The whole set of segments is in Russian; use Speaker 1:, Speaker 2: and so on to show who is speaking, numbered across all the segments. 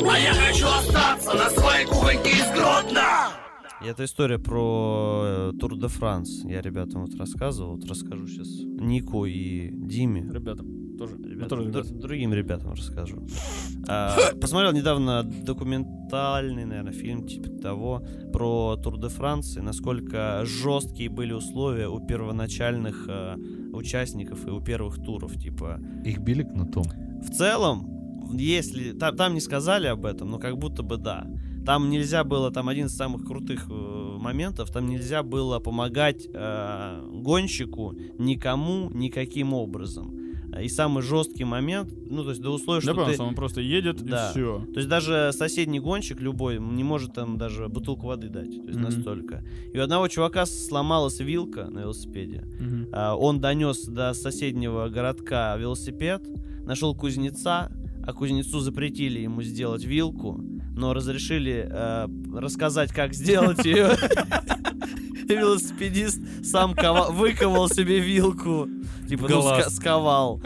Speaker 1: А кататься на своей кухоньке из Гродно!
Speaker 2: И Это история про э, Тур де Франс. Я ребятам вот рассказывал. Вот расскажу сейчас Нику и Диме.
Speaker 3: Ребята, тоже. мы
Speaker 2: Ребятам-
Speaker 3: Ну, тоже
Speaker 2: д-
Speaker 3: ребята.
Speaker 2: другим ребятам расскажу. А, посмотрел недавно документальный, наверное, фильм типа того про Тур де Франс и насколько жесткие были условия у первоначальных э, участников и у первых туров. Типа,
Speaker 4: Их били кнутом.
Speaker 2: в целом, если та- там, не сказали об этом, но как будто бы да. Там нельзя было, там один из самых крутых э, моментов, там нельзя было помогать э, гонщику никому никаким образом. Э, И самый жесткий момент, ну то есть до условия,
Speaker 3: Я
Speaker 2: что
Speaker 3: понял,
Speaker 2: ты,
Speaker 3: что он просто едет
Speaker 2: Да.
Speaker 3: и все.
Speaker 2: то есть даже соседний гонщик любой не может там даже бутылку воды дать, то есть
Speaker 3: Мгм.
Speaker 2: настолько. И у одного чувака сломалась вилка на велосипеде. А, Он донес до соседнего городка велосипед, нашел кузнеца, а кузнецу запретили ему сделать вилку, но разрешили э, рассказать, как сделать ее. И велосипедист сам кова- выковал себе вилку. Типа, ну,
Speaker 3: Глаз.
Speaker 2: ска- сковал.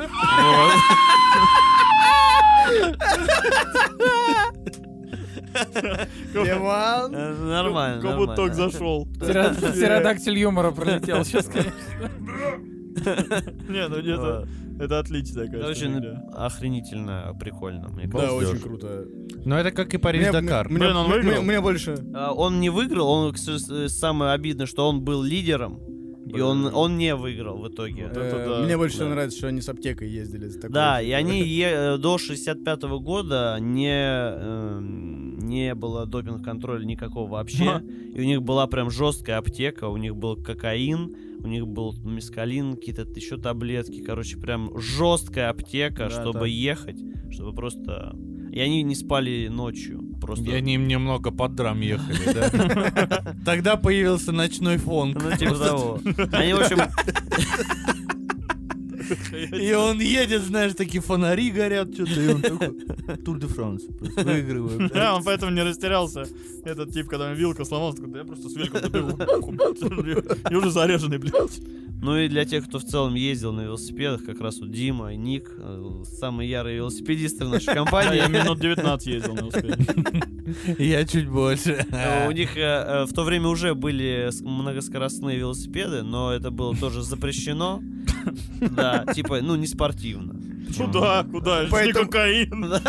Speaker 3: Диван.
Speaker 2: Э, Нормально,
Speaker 3: Кабуток
Speaker 2: нормально.
Speaker 3: зашел.
Speaker 5: Птеро- Птеродактиль юмора пролетел сейчас, конечно.
Speaker 3: Не, ну
Speaker 2: Э,
Speaker 3: это, это отличная,
Speaker 2: Это
Speaker 3: конечно.
Speaker 4: ну,
Speaker 2: очень
Speaker 3: идея.
Speaker 2: охренительно прикольно, мне кажется.
Speaker 6: Да, очень
Speaker 4: Балдёж.
Speaker 6: круто.
Speaker 4: Но это как и Париж-Дакар.
Speaker 6: Мне-
Speaker 3: Блин, он
Speaker 6: мне-
Speaker 3: выиграл?
Speaker 6: мне- Мне больше. э,
Speaker 2: А, Он не выиграл, он, кс- э, самое обидное, что он был лидером, и он, он не выиграл в итоге.
Speaker 3: Вот это
Speaker 6: Э,
Speaker 3: да.
Speaker 6: Мне больше
Speaker 3: Да.
Speaker 6: всего нравится, что они с аптекой ездили. с такой.
Speaker 2: Да, и они е- э, до 65 года не, эм, не было допинг-контроля никакого вообще. И у них была прям жесткая аптека, у них был кокаин, у них был мискалин, какие-то еще таблетки. Короче, прям жесткая аптека,
Speaker 3: Да,
Speaker 2: чтобы
Speaker 3: да.
Speaker 2: ехать, чтобы просто... И они не спали ночью. Просто...
Speaker 4: И они им немного под драм ехали, да? Тогда появился ночной фон.
Speaker 2: Ну, типа того. Они, в общем,
Speaker 3: Ну,
Speaker 4: И он едет, знаешь, такие фонари горят, что-то, и он такой, Тур де Франс, просто выигрываю.
Speaker 3: Да, А, он поэтому не растерялся. Этот тип, когда у него вилка сломалась, такой, да я просто с великом добегу. И уже заряженный, блядь.
Speaker 2: Ну и для тех, кто в целом ездил на велосипедах, как раз вот Дима и Ник, э, самые ярые велосипедисты в нашей
Speaker 3: Да, я
Speaker 2: компании.
Speaker 3: минут 19 ездил на велосипеде.
Speaker 4: Я чуть больше.
Speaker 2: Э, У них э, э, в то время уже были с- многоскоростные велосипеды, но это было тоже запрещено. Да, типа, ну, не спортивно.
Speaker 3: Куда, куда? Это ж Не
Speaker 6: Поэтому-
Speaker 3: кокаин.
Speaker 2: Да.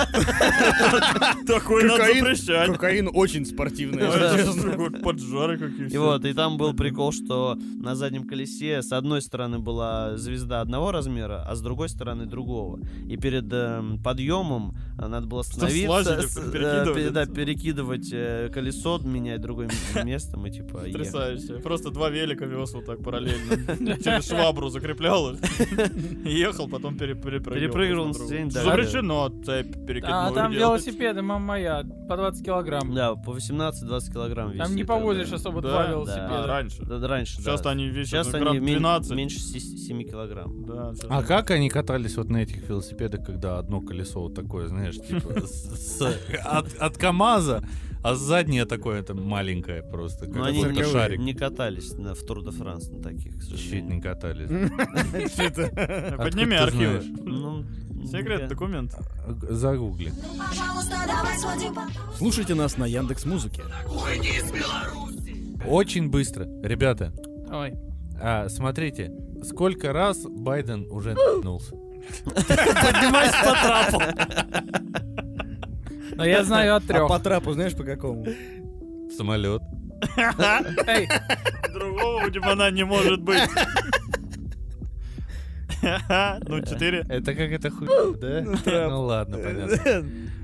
Speaker 3: Такой надо
Speaker 6: Кокаин-
Speaker 3: запрещать.
Speaker 6: Кокаин очень спортивный.
Speaker 2: Да.
Speaker 3: Это ж такой Поджары какие
Speaker 2: И вот, и там был прикол, что на заднем колесе с одной стороны была звезда одного размера, а с другой стороны другого. И перед эм, подъемом э, надо было
Speaker 3: слазили,
Speaker 2: остановиться, с- э,
Speaker 3: перекидывать
Speaker 2: пе- да,
Speaker 3: это?
Speaker 2: перекидывать э, колесо, менять другим местом и типа... ехать.
Speaker 3: Потрясающе. Просто два велика вез вот так параллельно. Через швабру закреплял. Ехал, потом пере- перепрыгивал.
Speaker 2: Перепрыгивал
Speaker 3: друг на
Speaker 2: на
Speaker 3: друга.
Speaker 2: сиденье, да.
Speaker 3: Запрещено цепь перекидную
Speaker 5: А там
Speaker 3: делать.
Speaker 5: велосипеды, мама моя, по 20 килограмм.
Speaker 2: Да, по 18-20 килограмм весит.
Speaker 5: Там не
Speaker 2: тогда.
Speaker 5: повозишь особо
Speaker 3: Да,
Speaker 5: два
Speaker 3: да. А,
Speaker 5: велосипеда.
Speaker 3: раньше.
Speaker 2: Да, да, раньше, да.
Speaker 3: Сейчас они весят
Speaker 2: Сейчас
Speaker 3: ну,
Speaker 2: они
Speaker 3: грамм
Speaker 2: мен-
Speaker 3: 12.
Speaker 2: меньше се- 7 килограмм.
Speaker 3: Да, Ну, сейчас
Speaker 4: А
Speaker 3: они-
Speaker 4: как они катались вот на этих велосипедах, когда одно колесо вот такое, знаешь, типа с- с- от, от КамАЗа, а заднее такое там маленькое просто, как
Speaker 2: Но Ну, они
Speaker 4: будто
Speaker 2: не,
Speaker 4: шарик.
Speaker 2: не катались на, в Тур де Франс на таких, к
Speaker 4: Чуть
Speaker 2: сожалению.
Speaker 4: не катались.
Speaker 3: Да
Speaker 4: Откуда
Speaker 3: Подними
Speaker 4: ты
Speaker 3: архивы.
Speaker 4: знаешь?
Speaker 2: Ну,
Speaker 3: Секрет,
Speaker 2: да.
Speaker 3: документ.
Speaker 4: Загугли.
Speaker 7: Пожалуйста, давай сводим по-
Speaker 6: Слушайте нас на Яндекс Музыке.
Speaker 1: Уходи из Беларуси!
Speaker 4: Очень быстро. Ребята,
Speaker 5: Ой.
Speaker 4: а, смотрите, сколько раз Байден уже нулся. Поднимайся по трапу.
Speaker 5: Но я знаю от
Speaker 6: А
Speaker 5: трех.
Speaker 6: по трапу знаешь по какому?
Speaker 4: Ну, Самолет.
Speaker 5: Эй,
Speaker 3: Другого у Димана не может быть. Ну, четыре.
Speaker 4: Это как это хуй, да? Ну ладно, понятно.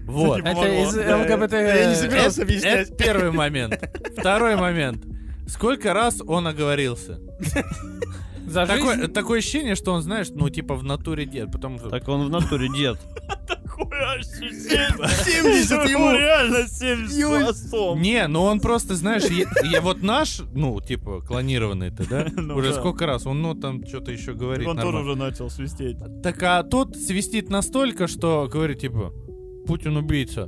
Speaker 4: Вот.
Speaker 3: Типа,
Speaker 5: это из
Speaker 3: Да,
Speaker 5: ЛГБТ.
Speaker 6: Я не
Speaker 4: э,
Speaker 6: собирался объяснять.
Speaker 4: Это первый момент. Второй момент. Сколько раз он оговорился?
Speaker 5: За жизнь?
Speaker 4: А Такое, такое ощущение, что он, знаешь, ну, типа в натуре дед, потому что...
Speaker 2: Так он в натуре дед.
Speaker 3: Такое
Speaker 4: э,
Speaker 3: ощущение.
Speaker 6: 70
Speaker 3: Ему
Speaker 6: ему!
Speaker 3: реально 70
Speaker 6: Ему-
Speaker 3: отцом.
Speaker 4: Не, ну он просто, знаешь, е- е- вот наш, ну, типа, клонированный-то, да?
Speaker 3: Ну
Speaker 4: Уже
Speaker 3: да.
Speaker 4: сколько раз? Он, ну, там, что-то еще говорит.
Speaker 3: Он тоже
Speaker 4: нормально.
Speaker 3: уже начал свистеть.
Speaker 4: Так а тот свистит настолько, что говорит типа Путин убийца.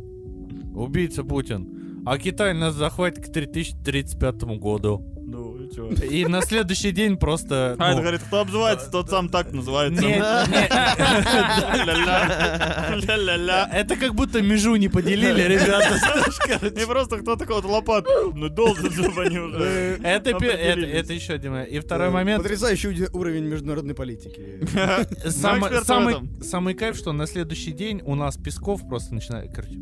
Speaker 4: Убийца Путин. А Китай нас захватит к 3035 году.
Speaker 3: Ну, чего.
Speaker 4: И на следующий день просто...
Speaker 3: А это
Speaker 4: ну,
Speaker 3: говорит, кто обзывается, тот сам так называется. Ля-ля-ля. Ля-ля-ля.
Speaker 4: Это как будто межу не поделили, ребята. знаешь, короче.
Speaker 3: И просто кто-то кого-то лопат. Ну, должен же они
Speaker 4: Э,
Speaker 3: уже.
Speaker 4: Это, пе- это,
Speaker 3: Определились. Э,
Speaker 4: это еще один момент. И второй момент.
Speaker 6: Потрясающий уди- уровень международной политики.
Speaker 4: Самый-
Speaker 3: эксперты в
Speaker 4: самый,
Speaker 3: этом.
Speaker 4: самый кайф, что на следующий день у нас Песков просто начинает... Короче,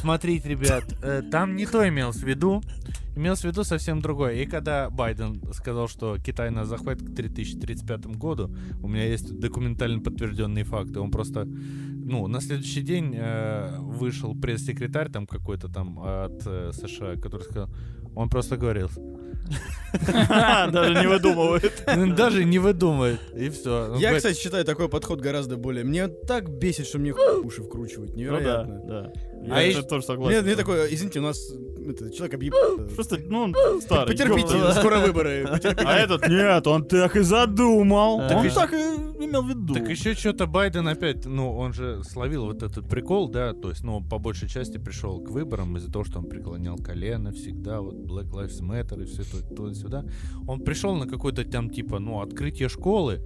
Speaker 4: смотрите, ребят, э, там не то имелось в виду. Имелось в виду совсем другое. И когда Байден сказал, что Китай нас захватит к 3035 году, у меня есть документально подтвержденные факты. Он просто... Ну, на следующий день э, вышел пресс-секретарь там какой-то там от э, США, который сказал... Он просто говорил,
Speaker 3: Даже не выдумывает.
Speaker 4: «Ну, даже не выдумает, и все.
Speaker 6: Я, кстати, считаю такой подход гораздо более... Мне так бесит, что мне хуй в уши вкручивают.
Speaker 3: Ну да,
Speaker 6: Невероятно.
Speaker 3: да.
Speaker 4: А
Speaker 3: Я
Speaker 4: еще-
Speaker 3: это тоже
Speaker 6: Мне,
Speaker 3: согласен.
Speaker 6: мне такое, извините, у нас это, человек объеб...
Speaker 3: Просто, ну, он старый.
Speaker 6: Потерпите,
Speaker 3: ёпта.
Speaker 6: скоро выборы. потерпите.
Speaker 3: А этот, нет, он так и задумал.
Speaker 2: Так
Speaker 3: Он
Speaker 2: ведь-
Speaker 3: так и имел в виду.
Speaker 4: Так еще что-то Байден опять, ну, он же словил вот этот прикол, да, то есть, ну, по большей части пришел к выборам из-за того, что он преклонял колено всегда, вот Black Lives Matter и все то, то и сюда. Он пришел на какой-то там, типа, ну, открытие школы,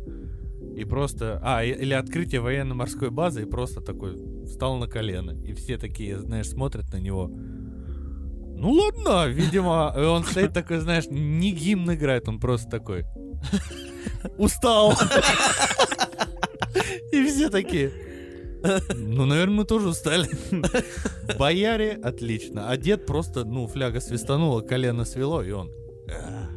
Speaker 4: и просто... А, и- или открытие военно-морской базы, и просто такой встал на колено. И все такие, знаешь, смотрят на него. Ну ладно, видимо, и он стоит такой, знаешь, не гимн играет, он просто такой. Устал. И все такие. Ну, наверное, мы тоже устали. Бояре, отлично. А дед просто, ну, фляга свистанула, колено свело, и он... «Ах».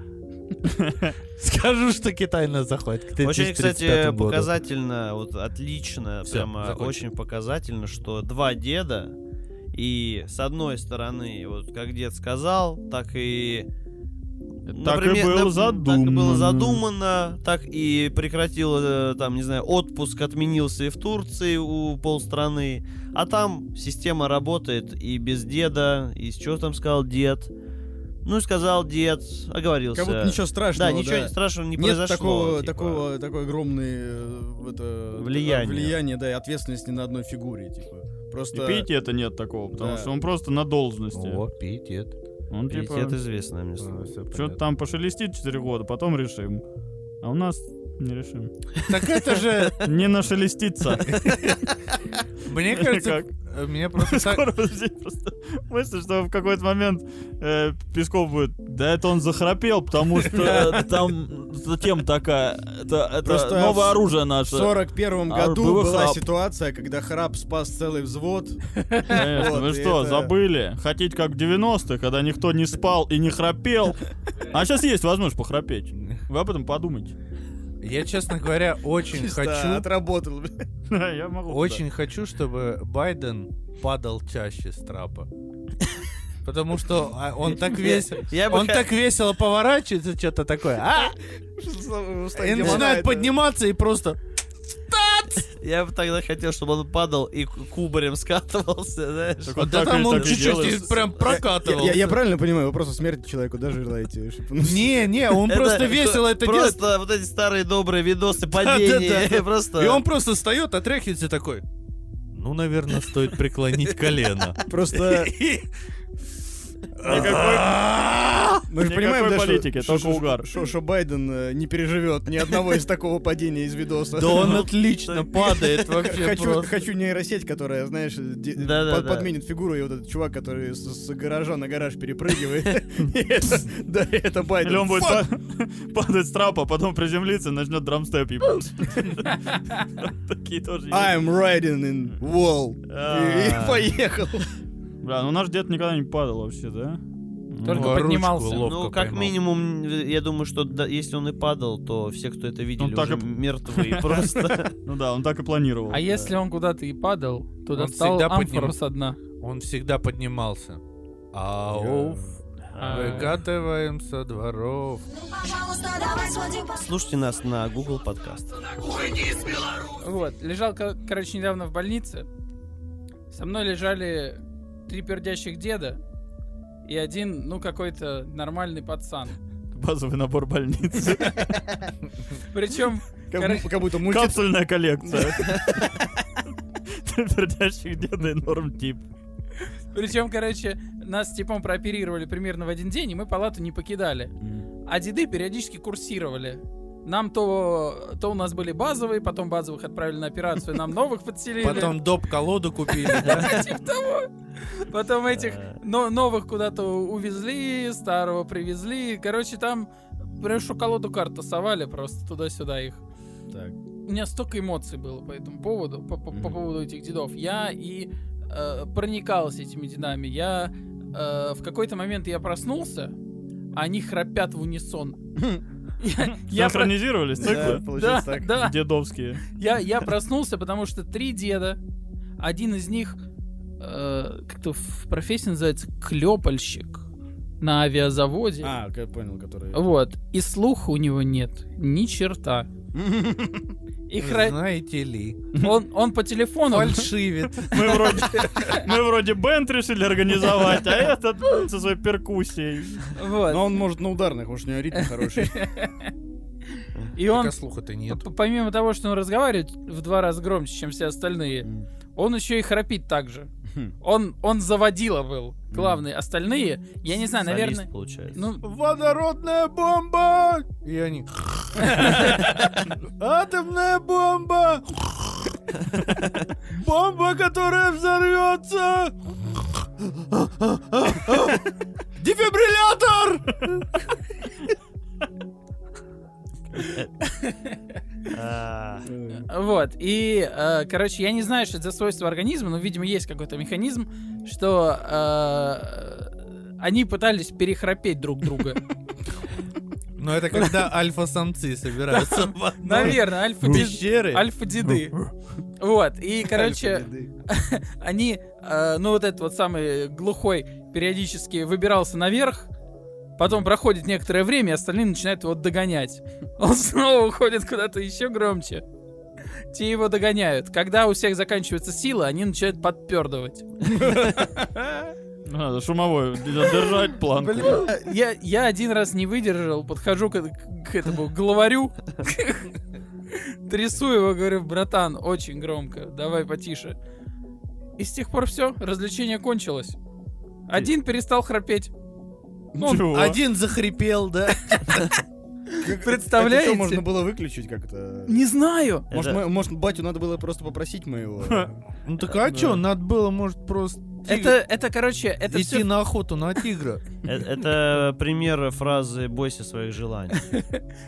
Speaker 4: Скажу, что Китай нас захватит. к
Speaker 2: Очень,
Speaker 4: 2035
Speaker 2: кстати,
Speaker 4: году.
Speaker 2: показательно, вот отлично,
Speaker 4: Всё,
Speaker 2: прямо
Speaker 4: закончим.
Speaker 2: очень показательно, что два деда, и с одной стороны, вот как дед сказал, так и...
Speaker 3: Так и было
Speaker 2: Так и было
Speaker 3: задумано.
Speaker 2: задумано, так и прекратил, э, там, не знаю, отпуск отменился и в Турции у полстраны. А там система работает и без деда, и с чего там сказал дед. Ну и сказал дед, оговорился.
Speaker 6: Как будто ничего страшного.
Speaker 2: Да, ничего страшного не
Speaker 6: Нет
Speaker 2: произошло.
Speaker 6: такого,
Speaker 2: типа.
Speaker 6: такого, такой огромной э, это,
Speaker 2: Влияния.
Speaker 6: влияния, да, и ответственности на одной фигуре, типа.
Speaker 3: И
Speaker 6: Просто...
Speaker 3: пейте это нет такого, потому
Speaker 6: Да.
Speaker 3: что он просто на должности.
Speaker 4: О, пиетет.
Speaker 3: Он
Speaker 2: Пиетет
Speaker 3: типа,
Speaker 2: известное мне слово.
Speaker 3: что-то там пошелестит 4 года, потом решим. А у нас не решим.
Speaker 4: Так это же,
Speaker 3: Не нашелестится.
Speaker 4: мне
Speaker 3: Или
Speaker 4: кажется,
Speaker 3: как?
Speaker 4: э, мне просто так...
Speaker 3: Скоро, подожди, просто мысль, что в какой-то момент э, Песков будет, да это он захрапел, потому что там затем такая, это, это
Speaker 6: Просто
Speaker 3: новое
Speaker 6: в-
Speaker 3: оружие
Speaker 6: В
Speaker 3: наше.
Speaker 6: 41
Speaker 3: А,
Speaker 6: году
Speaker 3: был
Speaker 6: была
Speaker 3: храп.
Speaker 6: ситуация, когда храп спас целый взвод.
Speaker 3: Конечно,
Speaker 6: Вот,
Speaker 3: вы
Speaker 6: и
Speaker 3: что,
Speaker 6: это-
Speaker 3: забыли? Хотите как в 90-х, когда никто не спал и не храпел? А сейчас есть возможность похрапеть. Вы об этом подумайте.
Speaker 4: Я, честно говоря, очень
Speaker 6: Чисто
Speaker 4: хочу...
Speaker 6: Отработал, блядь.
Speaker 3: Да, Я могу.
Speaker 4: Очень хочу, чтобы Байден падал чаще с трапа. Потому что а, он так весело,
Speaker 2: Я бы
Speaker 4: он
Speaker 2: хо-
Speaker 4: так весело поворачивается, что-то такое, а, и начинает подниматься и просто
Speaker 2: Я бы тогда хотел, чтобы он падал и к- кубарем скатывался, знаешь.
Speaker 3: Так вот
Speaker 4: да
Speaker 3: так
Speaker 4: там
Speaker 3: и-
Speaker 4: он
Speaker 3: так и
Speaker 4: чуть-чуть
Speaker 3: делается.
Speaker 4: и прям
Speaker 6: Я,
Speaker 4: прокатывал.
Speaker 6: я- я правильно понимаю, вопрос о смерти человеку, да, желаете? ну, чтобы он-
Speaker 4: Не, не, он просто
Speaker 2: Это-
Speaker 4: весело это делает.
Speaker 2: Просто вот эти старые добрые видосы падения.
Speaker 4: Да-да-да.
Speaker 2: Просто...
Speaker 4: И он просто встает, отряхивается и такой. Ну, наверное, стоит преклонить колено.
Speaker 6: Просто мы А, же
Speaker 3: Никакой
Speaker 6: понимаем, да, что-
Speaker 3: политики,
Speaker 6: что-
Speaker 3: только угар.
Speaker 6: что- что Байден э, не переживет ни одного из такого падения из видоса.
Speaker 4: Да он отлично падает вообще
Speaker 6: Хочу,
Speaker 4: просто.
Speaker 6: хочу нейросеть, которая, знаешь, де-
Speaker 2: Да-да-да.
Speaker 6: под- подменит фигуру, и вот этот чувак, который с, с гаража на гараж перепрыгивает. И это- Да, это Байден.
Speaker 3: Или он будет
Speaker 6: Фак!
Speaker 3: па- падать с трапа, потом приземлиться и начнет драмстеп ебать. Такие тоже есть.
Speaker 6: I'm riding in wall. А, И- И
Speaker 3: А.
Speaker 6: поехал.
Speaker 3: Бля, ну наш дед никогда не падал вообще, да?
Speaker 8: Только
Speaker 4: Ну, а ручку
Speaker 8: поднимался.
Speaker 4: лоб.
Speaker 2: Ну,
Speaker 4: ловко
Speaker 2: как
Speaker 4: поймал.
Speaker 2: минимум, я думаю, что да- если он и падал, то все, кто это видели,
Speaker 3: так
Speaker 2: уже
Speaker 3: и-
Speaker 2: мертвы просто.
Speaker 3: Ну да, он так и планировал.
Speaker 8: А если он куда-то и падал, то
Speaker 4: Он
Speaker 8: достал
Speaker 4: всегда
Speaker 8: амфору
Speaker 4: подним-
Speaker 8: со дна.
Speaker 4: Он всегда поднимался. Ауф,
Speaker 8: А,
Speaker 4: выкатываемся дворов.
Speaker 7: Ну, пожалуйста, давай сводим по...
Speaker 2: Слушайте нас на Google подкаст.
Speaker 9: Уйди с Беларуси!
Speaker 8: Вот, лежал, кор- короче, недавно в больнице. Со мной лежали три пердящих деда и один, ну, какой-то нормальный пацан.
Speaker 3: Базовый набор больницы.
Speaker 8: Причем
Speaker 6: Как
Speaker 8: Короче,
Speaker 6: бу- Как будто мультик.
Speaker 3: Капсульная коллекция. Твердящих деда и норм тип.
Speaker 8: Причем, короче, нас с типом прооперировали примерно в один день, и мы палату не покидали. А деды периодически курсировали. Нам то, то у нас были базовые, потом базовых отправили на операцию, нам новых подселили.
Speaker 10: Потом доп колоду купили, да?
Speaker 8: Типа того. Потом этих но- новых куда-то увезли, старого привезли. Короче, там прям колоду карт тасовали просто туда-сюда их.
Speaker 6: Так.
Speaker 8: У меня столько эмоций было по этому поводу, по, по- по
Speaker 6: Мгм.
Speaker 8: поводу этих дедов. Я и э, проникался этими дедами. Я э, в какой-то момент я проснулся, а они храпят в унисон. Я-
Speaker 5: Ну,
Speaker 8: Я про-
Speaker 5: Синхронизировались
Speaker 6: Да,
Speaker 5: циклы
Speaker 8: да,
Speaker 6: получается так.
Speaker 8: да.
Speaker 5: дедовские.
Speaker 8: Я, я проснулся, потому что три деда, один из них э, как-то в профессии называется клепальщик на авиазаводе.
Speaker 6: А, я понял, который...
Speaker 8: Вот. И слуха у него нет. Ни черта. И хра- Ну,
Speaker 10: Знаете ли,
Speaker 8: он, он по телефону...
Speaker 10: фальшивит.
Speaker 5: Мы вроде, мы вроде бенд решили организовать, а этот м, со своей перкуссией.
Speaker 8: Вот.
Speaker 6: Но он может на ударных, уж у него ритм хороший.
Speaker 8: И он,
Speaker 10: Пока слуха-то нет.
Speaker 8: п- помимо того, что он разговаривает в два раза громче, чем все остальные, он еще и храпит так же.
Speaker 6: Хм.
Speaker 8: Он, он заводила был. Главный. Остальные, я не знаю,
Speaker 2: А, Солист,
Speaker 8: наверное...
Speaker 2: получается.
Speaker 8: Ну,
Speaker 10: Водородная бомба! И они... Атомная бомба! Бомба, которая взорвется! Дефибриллятор!
Speaker 2: А,
Speaker 8: Вот, и, э, короче, я не знаю, что это за свойство организма, но, видимо, есть какой-то механизм, что э, они пытались перехрапеть друг друга.
Speaker 10: Ну это когда альфа-самцы собираются Ну, в одной
Speaker 8: Наверное, альфа-деды.
Speaker 10: пещере.
Speaker 8: Альфа-деды. Вот, и, короче, они, э, ну, вот этот вот самый глухой периодически выбирался наверх, потом проходит некоторое время, и остальные начинают его догонять. Он снова уходит куда-то еще громче. Те его догоняют. Когда у всех заканчивается сила, они начинают подпердывать.
Speaker 5: Ну, Надо шумовой держать план.
Speaker 8: Я, я один раз не выдержал, подхожу к, к этому главарю, трясу его, говорю, братан, очень громко, давай потише. И с тех пор все, развлечение кончилось. Один перестал храпеть. Ну, он-
Speaker 10: Один захрипел, да?
Speaker 8: Представляете?
Speaker 6: можно было выключить как-то?
Speaker 8: Не знаю.
Speaker 6: Может,
Speaker 2: Это-
Speaker 6: мы- может, батю надо было просто попросить моего.
Speaker 10: Ну так а чё, надо было, может, просто
Speaker 8: Это, это, короче, это
Speaker 10: идти
Speaker 8: все...
Speaker 10: на охоту на тигра.
Speaker 2: э- Это пример фразы «бойся своих желаний».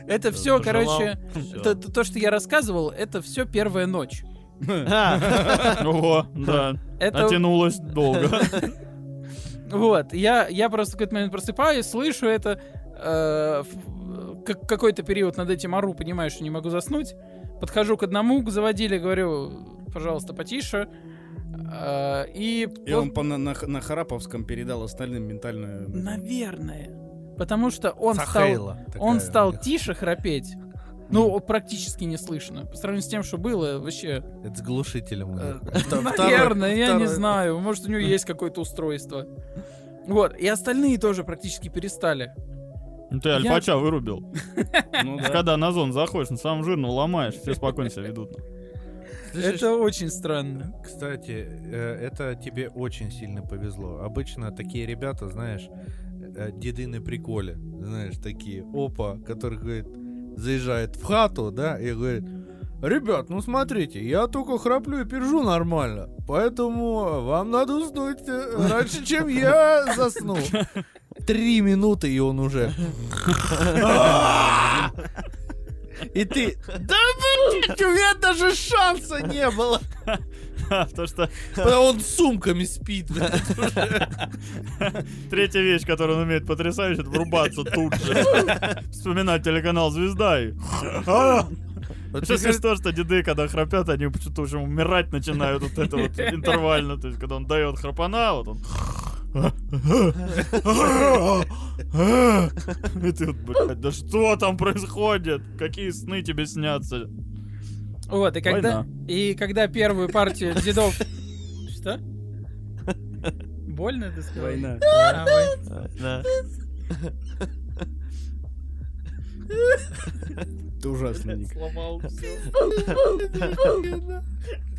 Speaker 8: Это все,
Speaker 2: Пожелал,
Speaker 8: короче...
Speaker 2: всё.
Speaker 8: То, то, что я рассказывал, это все первая ночь.
Speaker 2: А,
Speaker 5: Ого, да.
Speaker 8: Это
Speaker 3: А
Speaker 5: Натянулось долго.
Speaker 8: Вот, я, я просто в какой-то момент просыпаюсь, слышу это, э, в- как- какой-то период над этим ору, понимаю, что не могу заснуть. Подхожу к одному, к заводили, говорю, пожалуйста, потише. Э, и,
Speaker 6: И он по- на- на на Хараповском передал остальным ментальную...
Speaker 8: Наверное. Потому что он стал,
Speaker 10: Сахейла такая у
Speaker 8: он стал
Speaker 10: них.
Speaker 8: тише храпеть. Ну, практически не слышно. По сравнению с тем, что было, вообще...
Speaker 10: Это с глушителем. у них.
Speaker 8: Э,
Speaker 10: Второй-
Speaker 8: Наверное, я не
Speaker 10: второй.
Speaker 8: знаю. Может, у него есть какое-то устройство. Вот, и остальные тоже практически перестали.
Speaker 5: Ну Ты альфача вырубил.
Speaker 6: Ну да.
Speaker 5: Когда на зон заходишь, на самом жирном ломаешь, все спокойно себя ведут.
Speaker 10: Слышишь,
Speaker 8: Это очень странно.
Speaker 10: Кстати, э, это тебе очень сильно повезло. Обычно такие ребята, знаешь, э, деды на приколе, знаешь, такие, опа, который говорит, заезжает в хату, да, и говорит, ребят, ну смотрите, я только храплю и пержу нормально, поэтому вам надо уснуть э, раньше, чем я засну. Три минуты, и он уже... И ты... Да блин, у меня даже шанса не было.
Speaker 5: Потому что
Speaker 10: Потому он с сумками спит.
Speaker 5: третья вещь, которую он умеет потрясающе, это врубаться тут же. Вспоминать телеканал «Звезда» и...
Speaker 10: Вот
Speaker 5: Сейчас
Speaker 10: мне кажется,
Speaker 5: смешно, что деды, когда храпят, они почему-то уже умирать начинают вот это вот интервально. То есть, когда он дает храпана, вот он... И ты вот, блядь, да что там происходит? Какие сны тебе снятся?
Speaker 8: Вот, и когда, и когда первую партию дедов... Что? Больно ты сказал?
Speaker 6: Война.
Speaker 8: А, вой-
Speaker 2: да.
Speaker 6: Это ужасно, Ник.
Speaker 8: Сломал всё.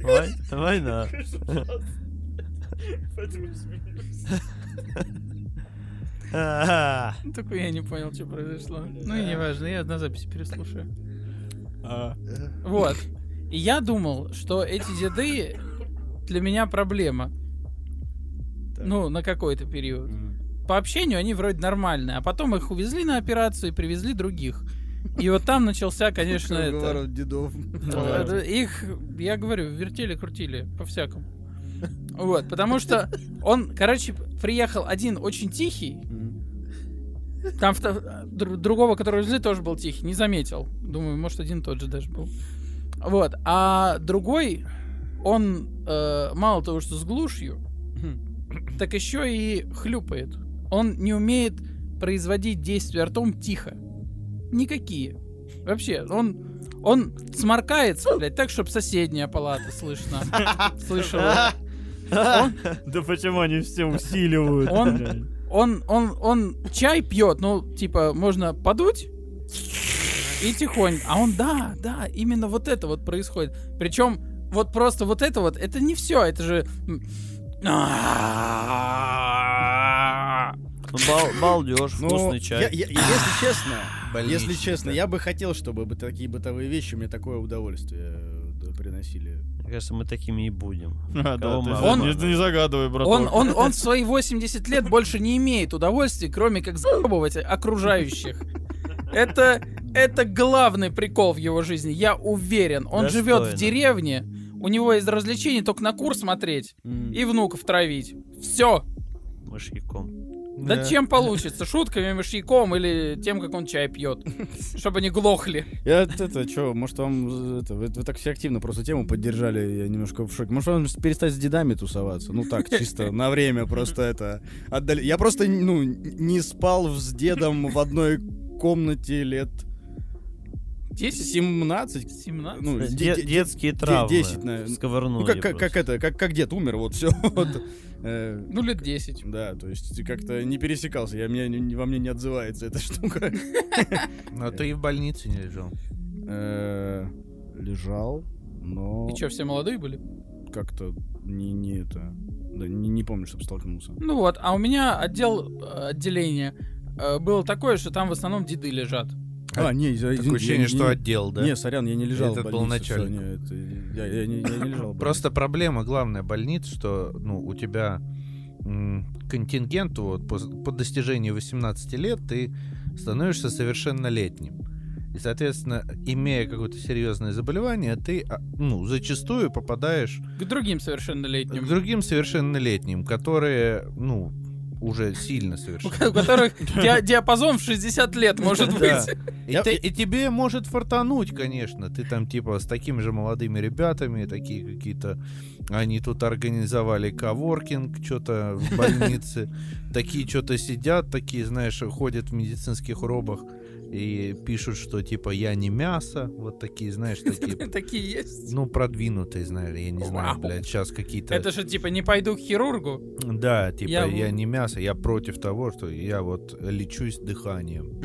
Speaker 2: Вой- Война. А,
Speaker 8: Только я не понял, что произошло. Ну и неважно, я на записи переслушаю.
Speaker 5: А,
Speaker 8: Вот. И я думал, что эти деды для меня проблема.
Speaker 6: Так.
Speaker 8: Ну, на какой-то период. По общению они вроде нормальные, а потом их увезли на операцию и привезли других. И вот там начался, конечно, это...
Speaker 6: Круговорот дедов.
Speaker 2: Ну,
Speaker 8: Да, да, Ну, Их, я говорю, вертели, крутили, по-всякому. Вот, потому что он, короче, приехал один очень тихий,
Speaker 6: Мгм.
Speaker 8: там вто- дру- другого, который увезли, тоже был тихий, не заметил. Думаю, может, один и тот же даже был. Вот, а другой, он э, мало того, что с глушью, так еще и хлюпает. Он не умеет производить действия ртом тихо. Никакие. Вообще, он, он сморкается, блядь, так, чтобы соседняя палата слышно. Слышала. Он,
Speaker 5: Да почему они все усиливают?
Speaker 8: Он-
Speaker 5: блядь?
Speaker 8: он, он, он чай пьет, ну, типа, можно подуть и тихонь. А он, да, да, именно вот это вот происходит. Причем, вот просто вот это вот, это не все, это же... м, а,
Speaker 2: ну, бал- балдеж,
Speaker 6: Ну,
Speaker 2: вкусный
Speaker 6: я-
Speaker 2: чай.
Speaker 6: я- если честно, если честно, я бы хотел, чтобы бы такие бытовые вещи мне такое удовольствие э, да, приносили.
Speaker 2: Мне кажется, мы такими и будем.
Speaker 5: А, да,
Speaker 2: Кого
Speaker 5: ты-
Speaker 2: мало,
Speaker 8: Он-
Speaker 5: не- Не загадывай, братан.
Speaker 8: Он, он, он в свои 80 лет больше не имеет удовольствия, кроме как заебывать окружающих. Это, это главный прикол в его жизни, я уверен. Он живет в
Speaker 2: Достойно.
Speaker 8: деревне, у него из развлечений только на кур смотреть и внуков травить. Все.
Speaker 2: Мышьяком.
Speaker 8: Да, чем получится? Шутками, мышьяком или тем, как он чай пьет? Чтобы они глохли.
Speaker 6: Я вот это, что, может, вам э, это, вы, вы так все активно просто тему поддержали, я немножко в шоке. Может, вам перестать с дедами тусоваться? Ну так, чисто на время просто это отдали. Я просто, ну, не спал с дедом в одной комнате лет
Speaker 8: 10?
Speaker 6: 17.
Speaker 8: 17?
Speaker 6: Ну, де-
Speaker 2: Де-
Speaker 6: де-
Speaker 2: детские травмы.
Speaker 6: 10, наверное.
Speaker 2: Сковырнули
Speaker 6: ну, как, как, как
Speaker 2: просто.
Speaker 6: это, как, как дед умер, вот Э, все.
Speaker 8: Ну, лет 10.
Speaker 6: Да, то есть как-то не пересекался, я, меня, не- во мне не отзывается эта штука.
Speaker 10: А ты и в больнице не лежал.
Speaker 6: Э, Лежал, но...
Speaker 8: И что, все молодые были?
Speaker 6: как-то не, не это. Да не, не помню, чтобы столкнулся.
Speaker 8: Ну вот, а у меня отдел, э, отделение э, было такое, что там в основном деды лежат.
Speaker 6: А, не, я, извини,
Speaker 10: Такое ощущение,
Speaker 6: я не-
Speaker 10: что отдел, да?
Speaker 6: Не, сорян, я не лежал
Speaker 10: Это
Speaker 6: в
Speaker 10: был
Speaker 6: больнице,
Speaker 10: начальник.
Speaker 6: всё, не, это- я, я не, я не лежал. в больнице.
Speaker 10: Просто проблема главная больниц, что ну, у тебя м, контингент вот, пос- по, достижении 18 лет ты становишься совершеннолетним. И, соответственно, имея какое-то серьезное заболевание, ты а, ну, зачастую попадаешь
Speaker 8: К другим
Speaker 10: к
Speaker 8: совершеннолетним.
Speaker 10: другим совершеннолетним, которые ну, уже сильно
Speaker 8: У
Speaker 10: совершенно.
Speaker 8: ко- у которых диа- диапазон в 60 лет,
Speaker 10: Да.
Speaker 8: может быть.
Speaker 10: И,
Speaker 6: Я-
Speaker 10: ты- и тебе может фартануть, конечно. Ты там типа с такими же молодыми ребятами, такие какие-то... Они тут организовали коворкинг, что-то в больнице. Такие что-то сидят, такие, знаешь, ходят в медицинских робах и пишут, что типа я не мясо. Вот такие, знаешь, такие...
Speaker 8: Такие есть.
Speaker 10: Ну, продвинутые, знаешь, я не знаю,
Speaker 8: Вау.
Speaker 10: блядь, сейчас какие-то...
Speaker 8: Это же типа не пойду к хирургу.
Speaker 10: Да, типа,
Speaker 8: Я
Speaker 10: я...
Speaker 8: в-
Speaker 10: не мясо, я против того, что я вот лечусь дыханием.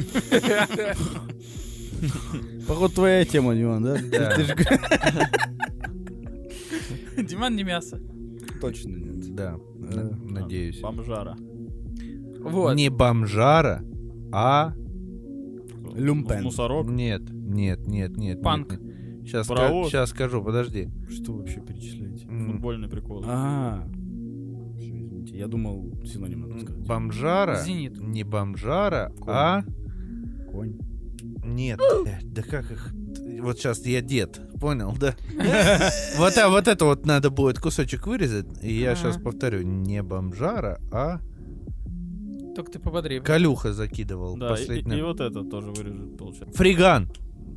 Speaker 6: Походу, твоя тема, Диман, да?
Speaker 10: Да.
Speaker 6: Ты же г-
Speaker 8: Диман не мясо.
Speaker 6: Точно нет.
Speaker 10: Да,
Speaker 6: Э,
Speaker 10: н- надеюсь.
Speaker 5: Бомжара.
Speaker 8: Вот.
Speaker 10: Не бомжара, а...
Speaker 6: Люмпен.
Speaker 5: Мусорок.
Speaker 10: Нет, нет, нет, нет.
Speaker 8: Панк.
Speaker 10: Сейчас,
Speaker 5: Паровоз.
Speaker 10: сейчас скажу, подожди.
Speaker 6: Что вы вообще перечисляете?
Speaker 10: М,
Speaker 5: Футбольный прикол.
Speaker 6: А. Всё, извините, Я думал, синоним надо сказать.
Speaker 10: Бомжара,
Speaker 8: Зенит.
Speaker 10: не бомжара,
Speaker 6: Конь.
Speaker 10: а...
Speaker 6: Конь.
Speaker 10: Нет, блядь, да как их... Вот сейчас я дед, понял, да? Вот, а, вот это вот надо будет кусочек вырезать, и я сейчас
Speaker 8: Ага.
Speaker 10: повторю, не бомжара, а
Speaker 8: Только ты пободрее.
Speaker 10: Калюха закидывал
Speaker 5: Да, и- и, и
Speaker 10: последний.
Speaker 5: вот это тоже вырежет, получается.
Speaker 10: Фриган!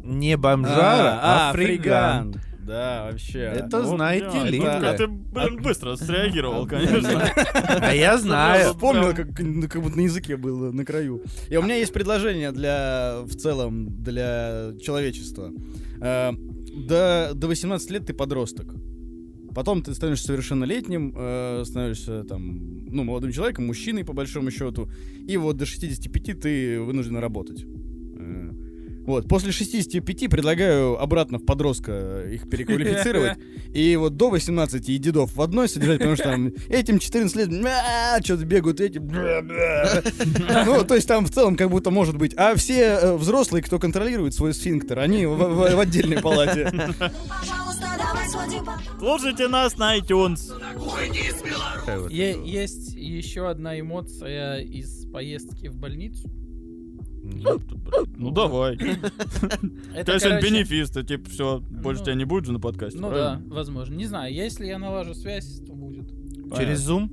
Speaker 10: Не бомжара, а, фриган.
Speaker 6: Да, вообще.
Speaker 10: Ну, Это
Speaker 5: Вот,
Speaker 10: знаете
Speaker 5: да,
Speaker 10: ли.
Speaker 5: это- А
Speaker 10: бля.
Speaker 5: ты, блин, быстро среагировал, конечно.
Speaker 10: А я
Speaker 6: Я
Speaker 10: знаю.
Speaker 6: вспомнил, как, ну, как будто на языке было, на краю. И у меня есть предложение для, в целом, для человечества. Э, до, до 18 лет ты подросток. Потом ты становишься совершеннолетним, э, становишься там, ну, молодым человеком, мужчиной, по большому счету. И вот до 65 ты вынужден работать. Э, Вот, после 65 предлагаю обратно в подростка их переквалифицировать. И вот до 18 и дедов в одной содержать, потому что там этим 14 лет что-то бегают, этим... бля, бля. Ну, то есть там в целом как будто может быть. А все э, взрослые, кто контролирует свой сфинктер, они в- в в отдельной палате.
Speaker 7: Ну, пожалуйста, давай сводим по...
Speaker 3: Слушайте нас на iTunes.
Speaker 5: Уходи с Беларуси!
Speaker 10: Такая вот,
Speaker 8: Е-
Speaker 10: э,
Speaker 8: есть еще одна эмоция из поездки в больницу.
Speaker 10: ну,
Speaker 3: Ну давай.
Speaker 8: Это,
Speaker 3: То есть он
Speaker 8: короче,
Speaker 3: бенефис, то типа все, больше
Speaker 8: Ну.
Speaker 3: тебя не будет же на подкасте.
Speaker 8: Ну да,
Speaker 3: правильно?
Speaker 8: возможно. Не знаю, если я налажу связь, то будет.
Speaker 10: Через Zoom?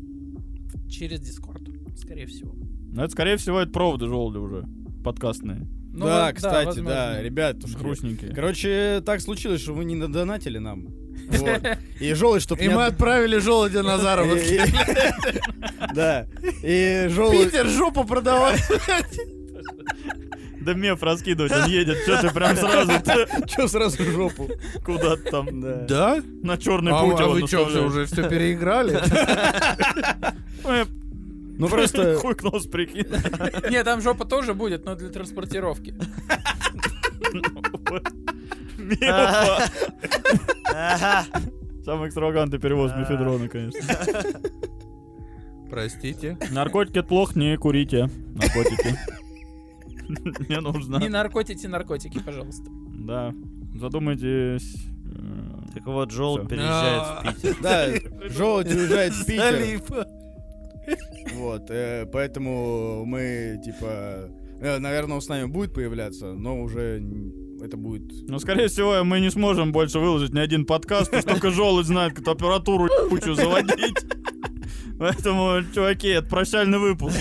Speaker 8: Через Discord, скорее всего.
Speaker 3: Ну это скорее всего это проводы желтые уже подкастные,
Speaker 8: Ну, вот,
Speaker 6: Да, кстати,
Speaker 8: возможно.
Speaker 6: да, ребят, уж
Speaker 3: грустненькие.
Speaker 6: Короче, так случилось, что вы не надонатили нам. Вот. И желудь, чтоб
Speaker 10: И
Speaker 6: не
Speaker 10: мы
Speaker 6: от-
Speaker 10: отправили желудя на
Speaker 6: И-
Speaker 10: заработки.
Speaker 6: и- Да. И желудь...
Speaker 10: Питер, жопу продавай.
Speaker 3: Да меф раскидывать, он едет, что ты прям сразу
Speaker 6: Че сразу в жопу?
Speaker 3: куда-то там
Speaker 6: Да.
Speaker 10: Да?
Speaker 3: на черный
Speaker 10: А
Speaker 3: путь
Speaker 10: а
Speaker 3: его
Speaker 10: вы что, все
Speaker 3: наставляешь.
Speaker 10: уже все переиграли?
Speaker 3: Э,
Speaker 6: Ну просто...
Speaker 3: Хуй к нос прикинь.
Speaker 8: Не, там жопа тоже будет, но для транспортировки.
Speaker 3: Мефа. Самый экстравагантный перевоз мефедрона, конечно.
Speaker 10: Простите.
Speaker 3: Наркотики это плохо, не курите. Наркотики. Не нужно.
Speaker 8: Не наркотите наркотики, пожалуйста.
Speaker 3: Да. Задумайтесь. э,
Speaker 2: Так вот, Жол
Speaker 3: Всё.
Speaker 2: переезжает в
Speaker 6: А.
Speaker 2: Питер.
Speaker 6: Да, желудь уезжает в Питер. Вот, э, поэтому мы, типа... Наверное, он с нами будет появляться, но уже н- это будет...
Speaker 3: Ну, скорее всего, мы не сможем больше выложить ни один подкаст, потому что только желудь знает, как аппаратуру кучу заводить. Поэтому, чуваки, это прощальный выпуск.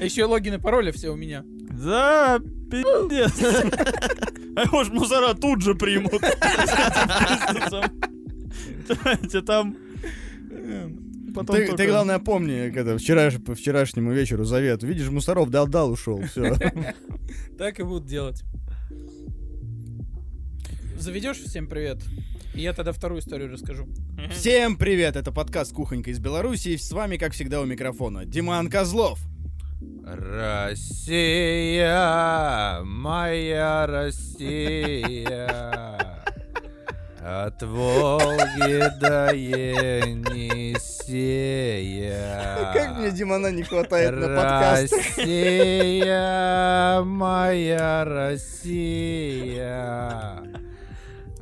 Speaker 8: Еще логин и пароли все у меня.
Speaker 3: Да, пиздец. А его ж мусора тут же примут. Давайте там... Потом
Speaker 6: Ты,
Speaker 3: только-
Speaker 6: ты, главное, помни, как это, вчераш- по вчерашнему вечеру завет. Видишь, мусоров дал-дал, ушел. Все.
Speaker 8: Так и будут делать. Заведешь всем привет? И я тогда вторую историю расскажу.
Speaker 6: Всем привет, это подкаст «Кухонька из Беларуси». С вами, как всегда, у микрофона Диман Козлов.
Speaker 10: Россия, моя Россия, от Волги до Енисея.
Speaker 6: Димана не хватает
Speaker 10: Россия, моя Россия,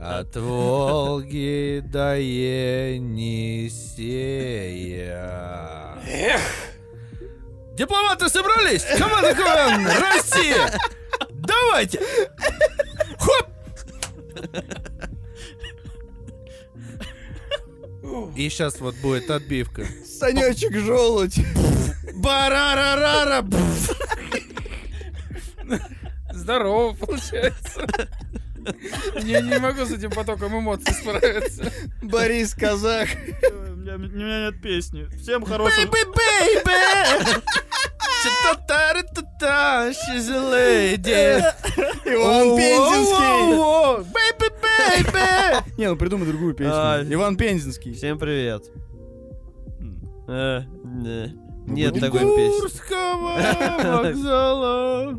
Speaker 10: от Волги до Енисея. Эх! Дипломаты собрались! Команда КВН Россия! Давайте! Хоп! И сейчас вот будет отбивка.
Speaker 6: Санечек желудь.
Speaker 10: Барарарара! Пф.
Speaker 8: Здорово, получается. Я не могу с этим потоком эмоций справиться.
Speaker 6: Борис Казах.
Speaker 3: Ой, «Э, У меня у меня нет песни. Всем хорошего...
Speaker 10: бэйби! Та-та-та-та, she's a lady.
Speaker 6: Иван Пензенский.
Speaker 10: Воу-воу-воу, Бэйби, бэйби!
Speaker 6: Не, ну придумай другую песню.
Speaker 2: А,
Speaker 6: Иван Пензенский.
Speaker 2: Всем привет. Э, не. Нет
Speaker 6: будем
Speaker 2: такой песни.
Speaker 10: Курского вокзала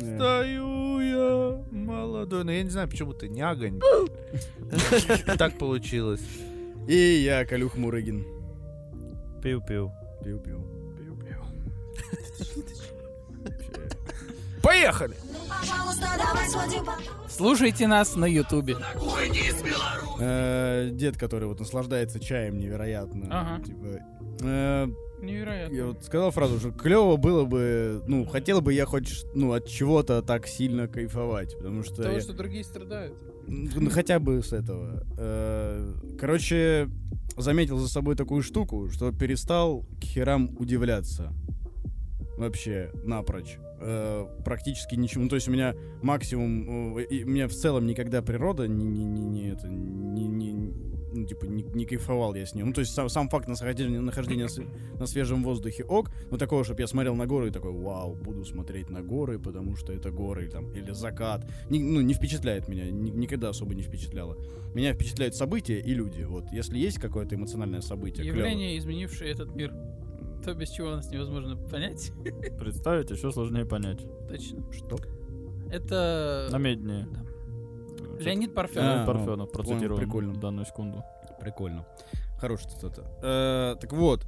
Speaker 10: стою я молодой. Но я не знаю, почему ты нягонь. Так получилось.
Speaker 6: И я, Калюх Мурыгин.
Speaker 2: Пиу-пиу.
Speaker 6: Пиу-пиу.
Speaker 10: Поехали!
Speaker 7: Ну, пожалуйста, давай сводим по...
Speaker 8: Слушайте нас на Ютубе.
Speaker 5: Уходи с Беларуси!
Speaker 6: Э, Дед, который вот наслаждается чаем невероятно.
Speaker 8: Ага.
Speaker 6: Типа, э,
Speaker 8: Невероятно.
Speaker 6: Я вот сказал фразу, что клево было бы, ну, хотел бы я хоть ш- ну, от чего-то так сильно кайфовать, потому что...
Speaker 8: Потому
Speaker 6: я-
Speaker 8: что другие страдают.
Speaker 6: Ну, хотя бы с этого. Э, Короче, заметил за собой такую штуку, что перестал к херам удивляться. Вообще, напрочь. Э, Практически ничему. Ну, То есть у меня максимум... э, и У меня в целом никогда природа не... не, не, не это, не, не- ну, типа, не, не кайфовал я с ним. Ну, то есть сам, сам факт нахождения, нахождения с- на свежем воздухе ок, но такого, чтобы я смотрел на горы и такой, вау, буду смотреть на горы, потому что это горы, там, или закат. Ни- ну, не впечатляет меня, ни- никогда особо не впечатляло. Меня впечатляют события и люди. Вот, если есть какое-то эмоциональное событие, клёво.
Speaker 8: Явление, изменившее этот мир. То, без чего нас невозможно понять.
Speaker 3: Представить еще сложнее понять.
Speaker 8: Точно.
Speaker 6: Что?
Speaker 8: Это
Speaker 3: Намедни.
Speaker 8: Леонид Парфенов.
Speaker 6: А,
Speaker 3: Леонид Парфенов процитировал
Speaker 6: прикольно.
Speaker 3: в данную секунду.
Speaker 6: Прикольно. Хорошая цитата. Э, так вот,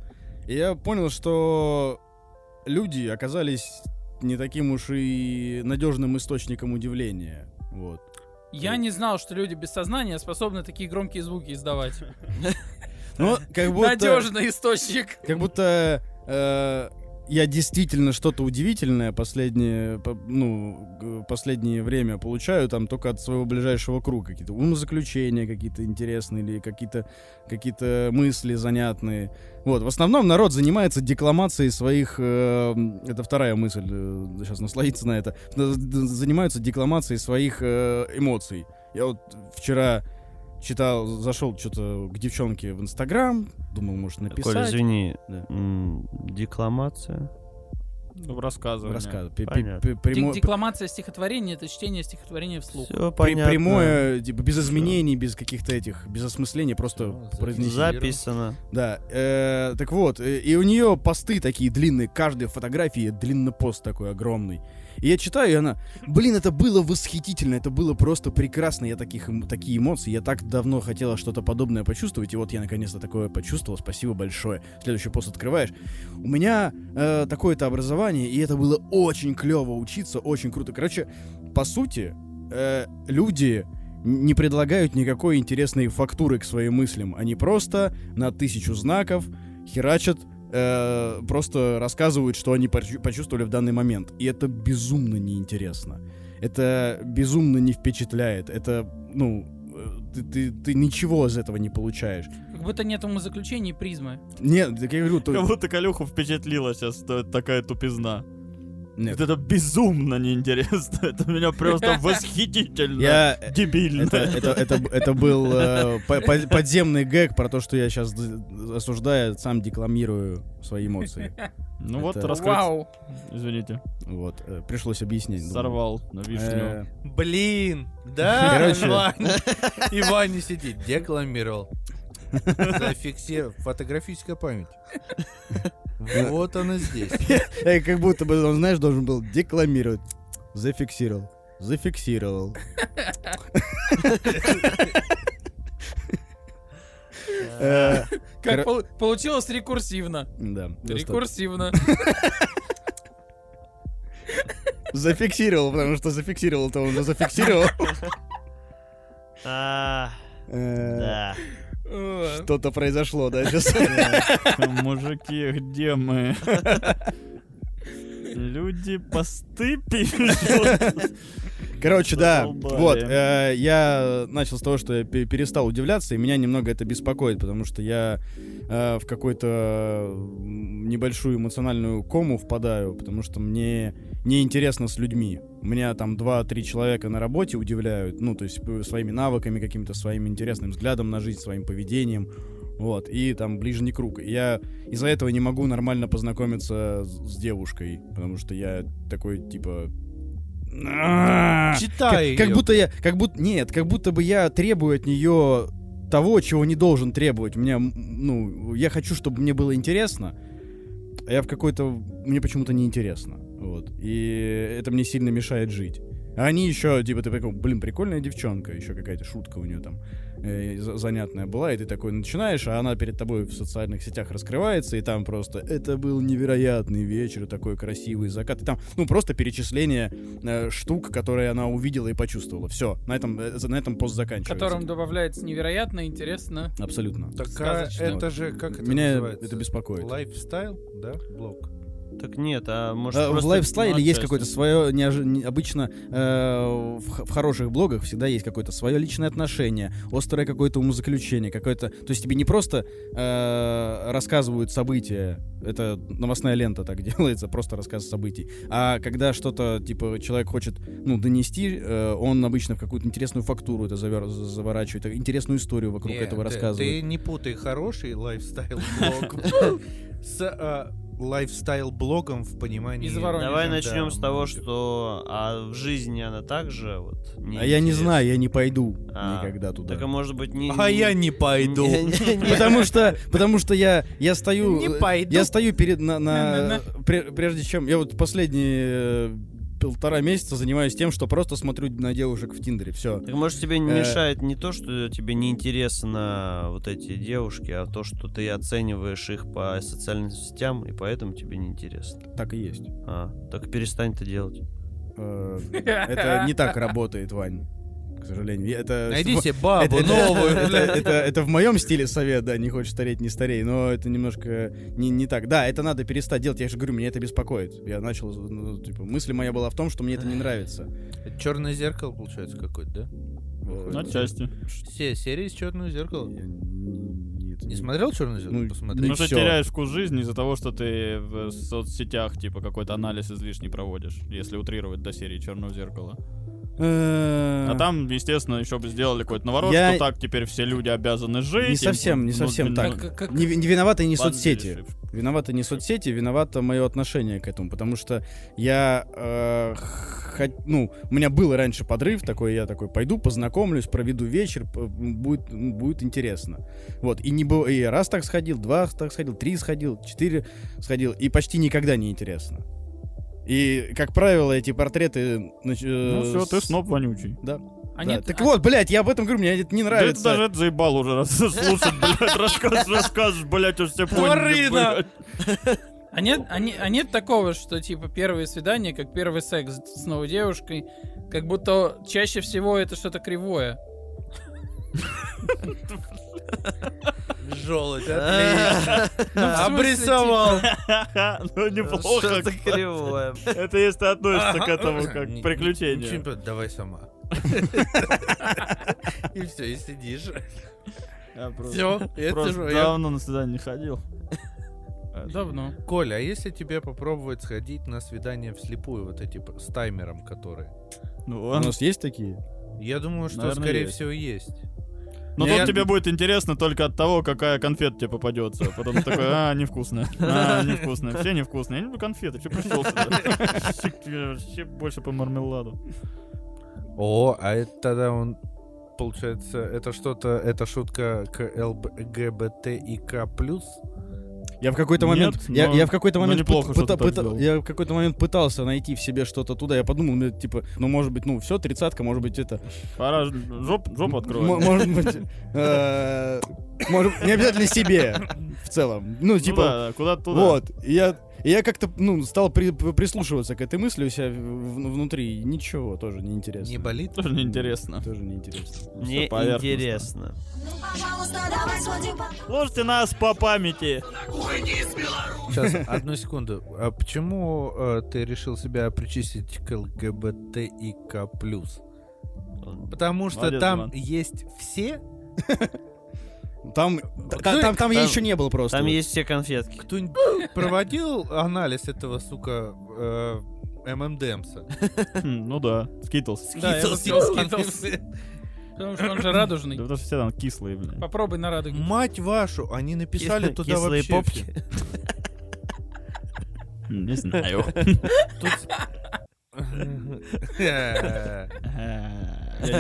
Speaker 6: я понял, что люди оказались не таким уж и надежным источником удивления. Вот.
Speaker 8: Я не знал, что люди без сознания способны такие громкие звуки издавать.
Speaker 6: Ну, как будто,
Speaker 8: Надежный источник.
Speaker 6: как будто э, я действительно что-то удивительное последнее, по- ну, г- последнее время получаю там только от своего ближайшего круга. Какие-то умозаключения какие-то интересные или какие-то какие-то мысли занятные. Вот, в основном народ занимается декламацией своих... э, м, это вторая мысль, сейчас наслоится на это. Д- д- Занимаются декламацией своих э, эмоций. Я вот вчера читал, зашел что-то к девчонке в Инстаграм, думал, может, написать.
Speaker 2: Коль, извини,
Speaker 6: Да.
Speaker 2: м, декламация.
Speaker 3: Ну, рассказывание.
Speaker 6: Рассказ. Пе- пе-
Speaker 2: Понятно.
Speaker 6: пе- прямо-
Speaker 8: Дек- Декламация стихотворения — это чтение стихотворения вслух.
Speaker 2: Все
Speaker 6: пре-
Speaker 2: понятно.
Speaker 6: Ну, Прямое, типа, без изменений, без каких-то этих, без осмысления, просто
Speaker 10: Всё,
Speaker 6: произнесение.
Speaker 2: Записано.
Speaker 6: Да, э, так вот, э, и у нее посты такие длинные, каждой фотографии длинный пост такой огромный. И я читаю, и она, блин, это было восхитительно, это было просто прекрасно, я таких, эм- такие эмоции, я так давно хотела что-то подобное почувствовать, и вот я наконец-то такое почувствовал, спасибо большое. Следующий пост открываешь. У меня э, такое-то образование, и это было очень клево учиться, очень круто. Короче, по сути, э, люди н- не предлагают никакой интересной фактуры к своим мыслям, они просто на тысячу знаков, херачат, э, просто рассказывают, что они почу- почувствовали в данный момент. И это безумно неинтересно. Это безумно не впечатляет. Это, ну, э, ты, ты- ты ничего из этого не получаешь.
Speaker 8: Как будто нет умозаключений и призмы.
Speaker 6: Нет, так я говорю, то-
Speaker 5: Как будто Калюху впечатлила сейчас что это такая тупизна.
Speaker 6: нет.
Speaker 5: Вот Это безумно неинтересно. Это меня просто восхитительно.
Speaker 6: Я...
Speaker 5: Дебильно.
Speaker 6: Это, это, это, это был э, по- по- подземный гэг про то, что я сейчас осуждаю, сам декламирую свои эмоции.
Speaker 3: Ну вот,
Speaker 6: Это-
Speaker 3: раскрыть.
Speaker 8: Вау.
Speaker 3: Извините.
Speaker 6: Вот, э, пришлось объяснить. думаю.
Speaker 3: Сорвал на вишню.
Speaker 6: Э,
Speaker 10: Блин, да,
Speaker 6: Короче.
Speaker 10: Ваня. И Ваня сидит, декламировал. Зафиксировал. Фотографическая память. Вот она здесь.
Speaker 6: Э, как будто бы он, знаешь, должен был декламировать. Зафиксировал. Зафиксировал. Э, Кор-
Speaker 8: Как пол- получилось рекурсивно.
Speaker 6: Да. достаточно.
Speaker 8: Рекурсивно.
Speaker 6: Зафиксировал, потому что зафиксировал-то он уже зафиксировал.
Speaker 2: А,
Speaker 6: Э,
Speaker 2: да.
Speaker 8: Э,
Speaker 6: Что-то произошло, да, сейчас?
Speaker 3: Мужики, где мы? Люди посты пишут.
Speaker 6: Короче, да,
Speaker 3: Задолбали.
Speaker 6: вот, э, я начал с того, что я пе- перестал удивляться, и меня немного это беспокоит, потому что я э, в какую-то м, небольшую эмоциональную кому впадаю, потому что мне неинтересно с людьми. У меня там 2-3 человека на работе удивляют, ну, то есть п- своими навыками, каким-то своим интересным взглядом на жизнь, своим поведением. Вот, и там ближний круг. И Я из-за этого не могу нормально познакомиться с с девушкой, потому что я такой, типа... «А, «А-а-а!»
Speaker 10: Читай.
Speaker 6: как, как
Speaker 10: её.
Speaker 6: будто я, как будто нет, как будто бы я требую от нее того, чего не должен требовать. У меня, м, ну, я хочу, чтобы мне было интересно, а я в какой-то мне почему-то неинтересно, вот. И это мне сильно мешает жить. А они еще, типа, ты такой, блин, прикольная девчонка, еще какая-то шутка у нее там э, за- занятная была, и ты такой начинаешь, а она перед тобой в социальных сетях раскрывается, и там просто это был невероятный вечер, такой красивый закат, и там, ну, просто перечисление э, штук, которые она увидела и почувствовала. Все, на этом, э, за- на этом пост заканчивается.
Speaker 8: Которым добавляется невероятно, интересно.
Speaker 6: Абсолютно.
Speaker 10: Так а
Speaker 8: сказочно.
Speaker 10: это же, как это
Speaker 6: Меня
Speaker 10: называется?
Speaker 6: это беспокоит.
Speaker 10: Лайфстайл, да? Блог.
Speaker 2: Так нет, а может
Speaker 6: Э, в
Speaker 2: просто-
Speaker 6: лайфстайле
Speaker 3: ну,
Speaker 6: есть
Speaker 3: отчасти.
Speaker 6: какое-то свое неожи- не- обычно э, в, х- в хороших блогах всегда есть какое-то свое личное отношение, острое какое-то умозаключение, какое-то. То есть тебе не просто э, рассказывают события, это новостная лента так делается, просто рассказ событий. А когда что-то типа человек хочет ну донести, э, он обычно в какую-то интересную фактуру это завер- заворачивает, интересную историю вокруг
Speaker 10: Не,
Speaker 6: этого
Speaker 10: ты-
Speaker 6: рассказывает.
Speaker 10: Ты не путай хороший лайфстайл-блог с а, лайфстайл-блогом в понимании...
Speaker 8: Из Воронежа.
Speaker 2: Давай
Speaker 10: Да,
Speaker 2: начнем
Speaker 6: ну,
Speaker 2: с того,
Speaker 10: м,
Speaker 2: что а в жизни она также вот.
Speaker 6: А я не
Speaker 2: неинтересна.
Speaker 6: знаю, я не пойду
Speaker 2: А,
Speaker 6: никогда туда.
Speaker 2: Так а может быть не.
Speaker 10: А
Speaker 2: не-
Speaker 10: я не пойду.
Speaker 2: не- не- не-
Speaker 6: Потому что, потому что я, я стою, э,
Speaker 10: Не пойду.
Speaker 6: я стою перед на, на- пре- прежде чем я вот последние э, пр- полтора месяца занимаюсь тем, что просто смотрю на девушек в Тиндере. Все.
Speaker 2: Так может тебе
Speaker 6: Э.
Speaker 2: не мешает не то, что тебе не интересно вот эти девушки, а то, что ты оцениваешь их по социальным сетям, и поэтому тебе не интересно.
Speaker 6: Так и есть.
Speaker 2: А, так перестань это делать.
Speaker 6: Э, Это не так работает, Вань. К сожалению. Я- Это
Speaker 10: Найди
Speaker 6: в-
Speaker 10: себе
Speaker 6: это-
Speaker 10: бабу
Speaker 6: это-
Speaker 10: новую,
Speaker 6: Это,
Speaker 10: блядь.
Speaker 6: это- это в моем стиле совет, да, не хочешь стареть, не старей, но это немножко не, не так. Да, это надо перестать делать, я же говорю, меня это беспокоит. Я начал, ну, типа, мысль моя была в том, что мне это не нравится.
Speaker 10: Черное зеркало, получается, какое-то, да?
Speaker 6: Э,
Speaker 3: Отчасти.
Speaker 10: Все серии из черного
Speaker 6: я
Speaker 10: зеркала.
Speaker 6: не- нет,
Speaker 10: Не
Speaker 6: не-
Speaker 10: смотрел черное зеркало?
Speaker 6: Ну,
Speaker 10: Посмотри.
Speaker 6: и
Speaker 3: Ну, что
Speaker 6: всё.
Speaker 3: теряешь вкус жизни из-за того, что ты в соцсетях, типа, какой-то анализ излишний проводишь, если утрировать до серии «Черного зеркала».
Speaker 6: Э,
Speaker 3: А там, естественно, еще бы сделали какой-то наворот,
Speaker 6: Я-
Speaker 3: что так теперь все люди обязаны жить.
Speaker 6: Не
Speaker 3: им
Speaker 6: совсем, не совсем
Speaker 3: внутренне-
Speaker 6: так.
Speaker 8: Как- как-
Speaker 6: Не, ви- не виноваты не
Speaker 3: Ладно,
Speaker 6: соцсети.
Speaker 3: решишь.
Speaker 6: Виноваты не соцсети, виновато мое отношение к этому, потому что я, э, хот- ну, у меня был раньше подрыв такой, я такой пойду, познакомлюсь, проведу вечер, п- будет, будет интересно. Вот, и, не бо- и раз так сходил, два раз так сходил, три сходил, четыре сходил, и почти никогда не интересно. И, как правило, эти портреты... э,
Speaker 3: Ну все, ты сноп вонючий.
Speaker 8: А нет,
Speaker 6: Так
Speaker 8: а-
Speaker 6: вот, блядь, я об этом говорю, мне это не
Speaker 3: Да это
Speaker 6: нравится.
Speaker 3: даже это заебал уже раз слушать, блядь, рассказ, рассказ, блядь, уж все поняли.
Speaker 8: Тварина!
Speaker 3: блядь.
Speaker 8: А нет, а, не- а нет такого, что типа первое свидание, как первый секс с новой девушкой, как будто чаще всего это что-то кривое.
Speaker 10: Желудь, отлично.
Speaker 8: Обрисовал.
Speaker 10: типа.
Speaker 3: Ну неплохо.
Speaker 2: Что-то кривое.
Speaker 3: Это если ты относишься к этому как
Speaker 10: Не-
Speaker 3: к
Speaker 10: не-
Speaker 3: приключению.
Speaker 10: чемпион, Давай сама. И все, и сидишь.
Speaker 3: Я просто-
Speaker 10: Все, это
Speaker 3: Просто
Speaker 10: же...
Speaker 3: давно на свидание не ходил.
Speaker 8: Давно.
Speaker 10: Коля, а если тебе попробовать сходить на свидание вслепую, вот эти п- с таймером, которые?
Speaker 3: Ну,
Speaker 6: У
Speaker 3: ладно.
Speaker 6: нас есть такие?
Speaker 10: Я думаю, что,
Speaker 3: Наверное,
Speaker 10: скорее
Speaker 3: есть.
Speaker 10: всего, есть.
Speaker 3: Но
Speaker 10: Я-
Speaker 3: тут тебе будет интересно только от того, какая конфета тебе попадется. Потом ты такой, а, невкусная. А, невкусная. Все невкусные. Я не люблю конфеты. Че пришел сюда? Вообще- Вообще больше по мармеладу.
Speaker 10: О, а это тогда он... Получается, это что-то, это шутка к ЛГБТ и К+.
Speaker 6: Я в какой-то момент,
Speaker 3: Нет,
Speaker 6: я,
Speaker 3: но-
Speaker 6: я в какой-то
Speaker 3: но
Speaker 6: момент,
Speaker 3: неплохо,
Speaker 6: пыт-
Speaker 3: что ты
Speaker 6: пыта-
Speaker 3: так
Speaker 6: пыта-
Speaker 3: сделал.
Speaker 6: я в какой-то момент пытался найти в себе что-то туда. Я подумал, ну, типа, ну может быть, ну все тридцатка, может быть это,
Speaker 3: Пора ж- жоп-
Speaker 6: М-
Speaker 3: жопу открывать. Ну
Speaker 6: может быть, э, может, не обязательно себе в целом. Ну
Speaker 3: Ну
Speaker 6: типа,
Speaker 3: да, куда туда.
Speaker 6: вот. И Я и я как-то ну стал при- прислушиваться к этой мысли у себя в- в- ну, внутри. Ничего, тоже не интересно.
Speaker 10: Не болит?
Speaker 3: Тоже неинтересно.
Speaker 6: Тоже не интересно.
Speaker 2: Мне
Speaker 3: поверхностно.
Speaker 2: интересно.
Speaker 7: Ну, пожалуйста, давай сводим под...
Speaker 3: Слушайте нас по памяти.
Speaker 1: Уходи из Беларуси!
Speaker 10: Сейчас, одну секунду. А почему э, ты решил себя причистить к ЛГБТ и К+. Потому что
Speaker 3: Молодец,
Speaker 10: там
Speaker 3: Иван.
Speaker 10: есть все,
Speaker 6: Там там там- там ее еще не было просто.
Speaker 2: Там
Speaker 6: Вот.
Speaker 2: есть все конфетки.
Speaker 10: Кто-нибудь проводил анализ этого, сука, э, ММДМса?
Speaker 3: Хм, Ну да, скитлс.
Speaker 8: Да, я бы сказал Skittles. Потому что он же радужный.
Speaker 3: Да потому что все там кислые, блин.
Speaker 8: Попробуй на радуге.
Speaker 10: Мать вашу, они написали
Speaker 2: Кислые-
Speaker 10: туда
Speaker 2: кислые
Speaker 10: вообще...
Speaker 2: попки.
Speaker 10: всё.
Speaker 3: М, Не знаю.
Speaker 10: Тут-
Speaker 6: Я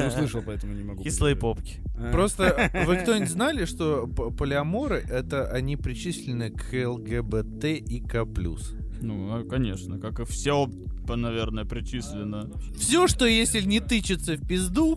Speaker 6: не услышал, поэтому не могу.
Speaker 2: Кислые попки.
Speaker 6: А.
Speaker 10: Просто вы кто-нибудь знали, что п- полиаморы это они причислены к ЛГБТ и К+.
Speaker 3: Ну, а, конечно, как и все, наверное, причислено.
Speaker 10: Все, что если не тычется в пизду,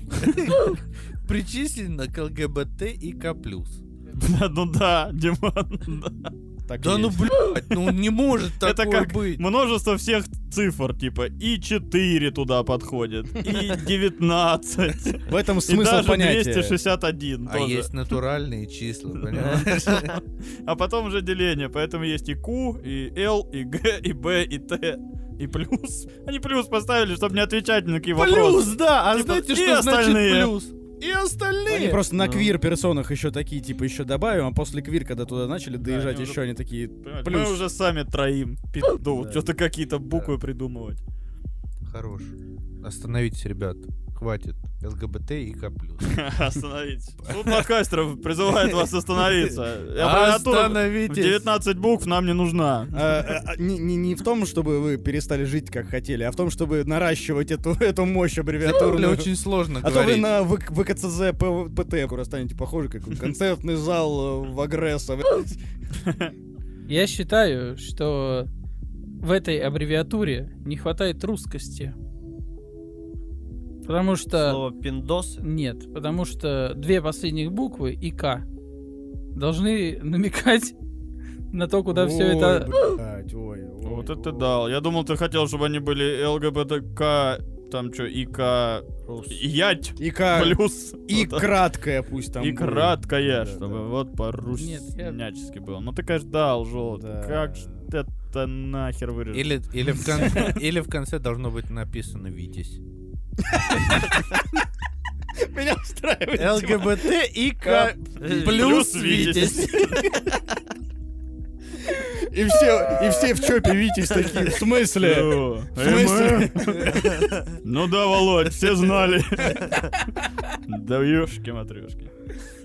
Speaker 10: причислено к ЛГБТ и К+.
Speaker 3: Да, ну да, Диман, да.
Speaker 6: Так и
Speaker 10: Да ну
Speaker 6: есть.
Speaker 10: блядь, ну не может
Speaker 3: Это
Speaker 10: такое
Speaker 3: как
Speaker 10: быть.
Speaker 3: множество всех цифр, типа и 4 туда подходит, и 19,
Speaker 6: в этом
Speaker 3: и
Speaker 6: смысл
Speaker 3: даже
Speaker 6: понятия.
Speaker 3: 261
Speaker 10: А
Speaker 3: тоже.
Speaker 10: есть натуральные числа, понимаешь?
Speaker 3: А потом уже деление, поэтому есть и Q, и L, и G, и B, и T, и плюс. Они плюс поставили, чтобы не отвечать ни на какие
Speaker 10: Плюс,
Speaker 3: вопросы.
Speaker 10: да, а
Speaker 3: Типа,
Speaker 10: знаете,
Speaker 3: и
Speaker 10: что значит
Speaker 3: остальные.
Speaker 10: плюс? И
Speaker 6: Они
Speaker 10: остальные.
Speaker 6: просто на
Speaker 2: Ну.
Speaker 6: квир-персонах еще такие, типа, еще добавим, а после квир, когда туда начали доезжать,
Speaker 3: они
Speaker 6: еще
Speaker 3: уже-
Speaker 6: они такие...
Speaker 3: Понимаете,
Speaker 6: Плюс.
Speaker 3: Мы уже сами троим пизду,
Speaker 6: Да.
Speaker 3: что-то какие-то буквы придумывать.
Speaker 10: Хорош. Остановитесь, ребят. Хватит. ЛГБТ и К+.
Speaker 3: Остановитесь. Суд подкастеров призывает вас остановиться. Аббревиатура в
Speaker 10: Остановитесь.
Speaker 3: 19 букв нам не нужна.
Speaker 6: а, а, а, не, не- не в том, чтобы вы перестали жить, как хотели, а в том, чтобы наращивать эту, эту мощь
Speaker 10: Бля,
Speaker 6: аббревиатурную.
Speaker 10: очень сложно
Speaker 6: А то вы
Speaker 10: говорить.
Speaker 6: на ВК- ВКЦЗ П- ПТ скоро станете похожи, как концертный зал э, в агресса.
Speaker 8: Я считаю, что в этой аббревиатуре не хватает русскости. Потому что...
Speaker 2: Слово пиндосы.
Speaker 8: Нет, потому что две последних буквы и К должны намекать на то, куда все
Speaker 6: Ой,
Speaker 8: это...
Speaker 6: блядь, ой, ой,
Speaker 3: Вот это
Speaker 6: ой.
Speaker 3: дал. Я думал, ты хотел, чтобы они были ЛГБТК, там что, ИК... Ять
Speaker 6: И ка-
Speaker 3: плюс.
Speaker 6: И
Speaker 3: Вот
Speaker 6: краткое пусть там
Speaker 3: И
Speaker 6: будет.
Speaker 3: краткая,
Speaker 6: Да,
Speaker 3: чтобы
Speaker 6: да.
Speaker 3: вот
Speaker 8: я-
Speaker 3: по-руснячески было. Ну ты, конечно, дал желтый.
Speaker 6: Да.
Speaker 3: Как же ты это нахер вырежешь?
Speaker 10: Или, или, в конце, или в конце должно быть написано «Витязь».
Speaker 6: Типа. Меня устраивает.
Speaker 10: ЛГБТ и К
Speaker 3: плюс
Speaker 10: плюс
Speaker 3: «Витязь».
Speaker 10: «Витязь».
Speaker 6: И все, и все в чопе, Витязь такие. В смысле?
Speaker 3: О,
Speaker 6: В смысле?
Speaker 3: Ну да, Володь, все знали. Да ёшки матрешки.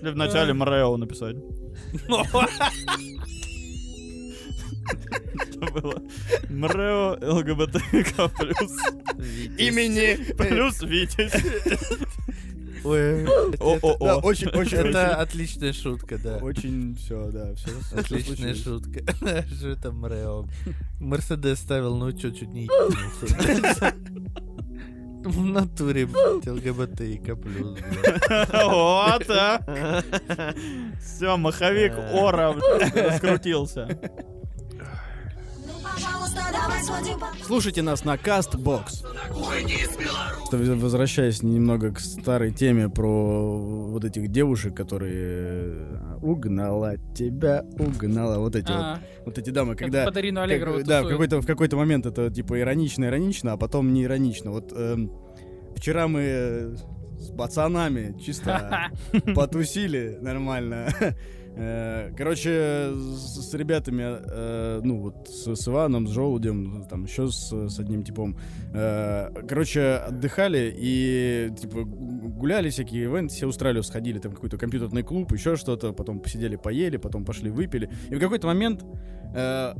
Speaker 3: Или вначале Мрэо написать. Это было Мрэо ЛГБТК плюс.
Speaker 6: Имени.
Speaker 3: Плюс Витязь.
Speaker 10: Ой,
Speaker 6: Да,
Speaker 3: О-о-о.
Speaker 6: очень, очень,
Speaker 10: Это
Speaker 6: очень.
Speaker 10: отличная шутка, да.
Speaker 6: Очень все, да, все.
Speaker 10: Отличная шутка. Что это Мрео? Мерседес ставил, ну чё, чуть не ебнулся. В натуре, блядь, ЛГБТ и плюс. блядь.
Speaker 3: Вот, а. Все, маховик Ора блядь, раскрутился.
Speaker 7: Ну, пожалуйста, давай сводим по...
Speaker 6: Слушайте нас на Castbox.
Speaker 1: Уйди из Беларуси.
Speaker 6: Возвращаясь немного к старой теме про вот этих девушек, которые э, угнала тебя, угнала. Вот эти вот,
Speaker 8: А,
Speaker 6: вот эти дамы,
Speaker 8: как
Speaker 6: когда
Speaker 8: под Ирину
Speaker 6: Как,
Speaker 8: Аллегрову
Speaker 6: да, в
Speaker 8: тусует.
Speaker 6: какой-то, в какой-то момент это типа иронично, иронично, а потом не иронично. Вот эм, вчера мы э, с пацанами чисто потусили нормально. Э, Короче, с, с ребятами, э, ну вот с, с Иваном, с Желудем, там еще с, с одним типом. Э, Короче, отдыхали и типа гу- гуляли всякие ивенты, все устраивали, сходили там в какой-то компьютерный клуб, еще что-то, потом посидели, поели, потом пошли, выпили. И в какой-то момент э,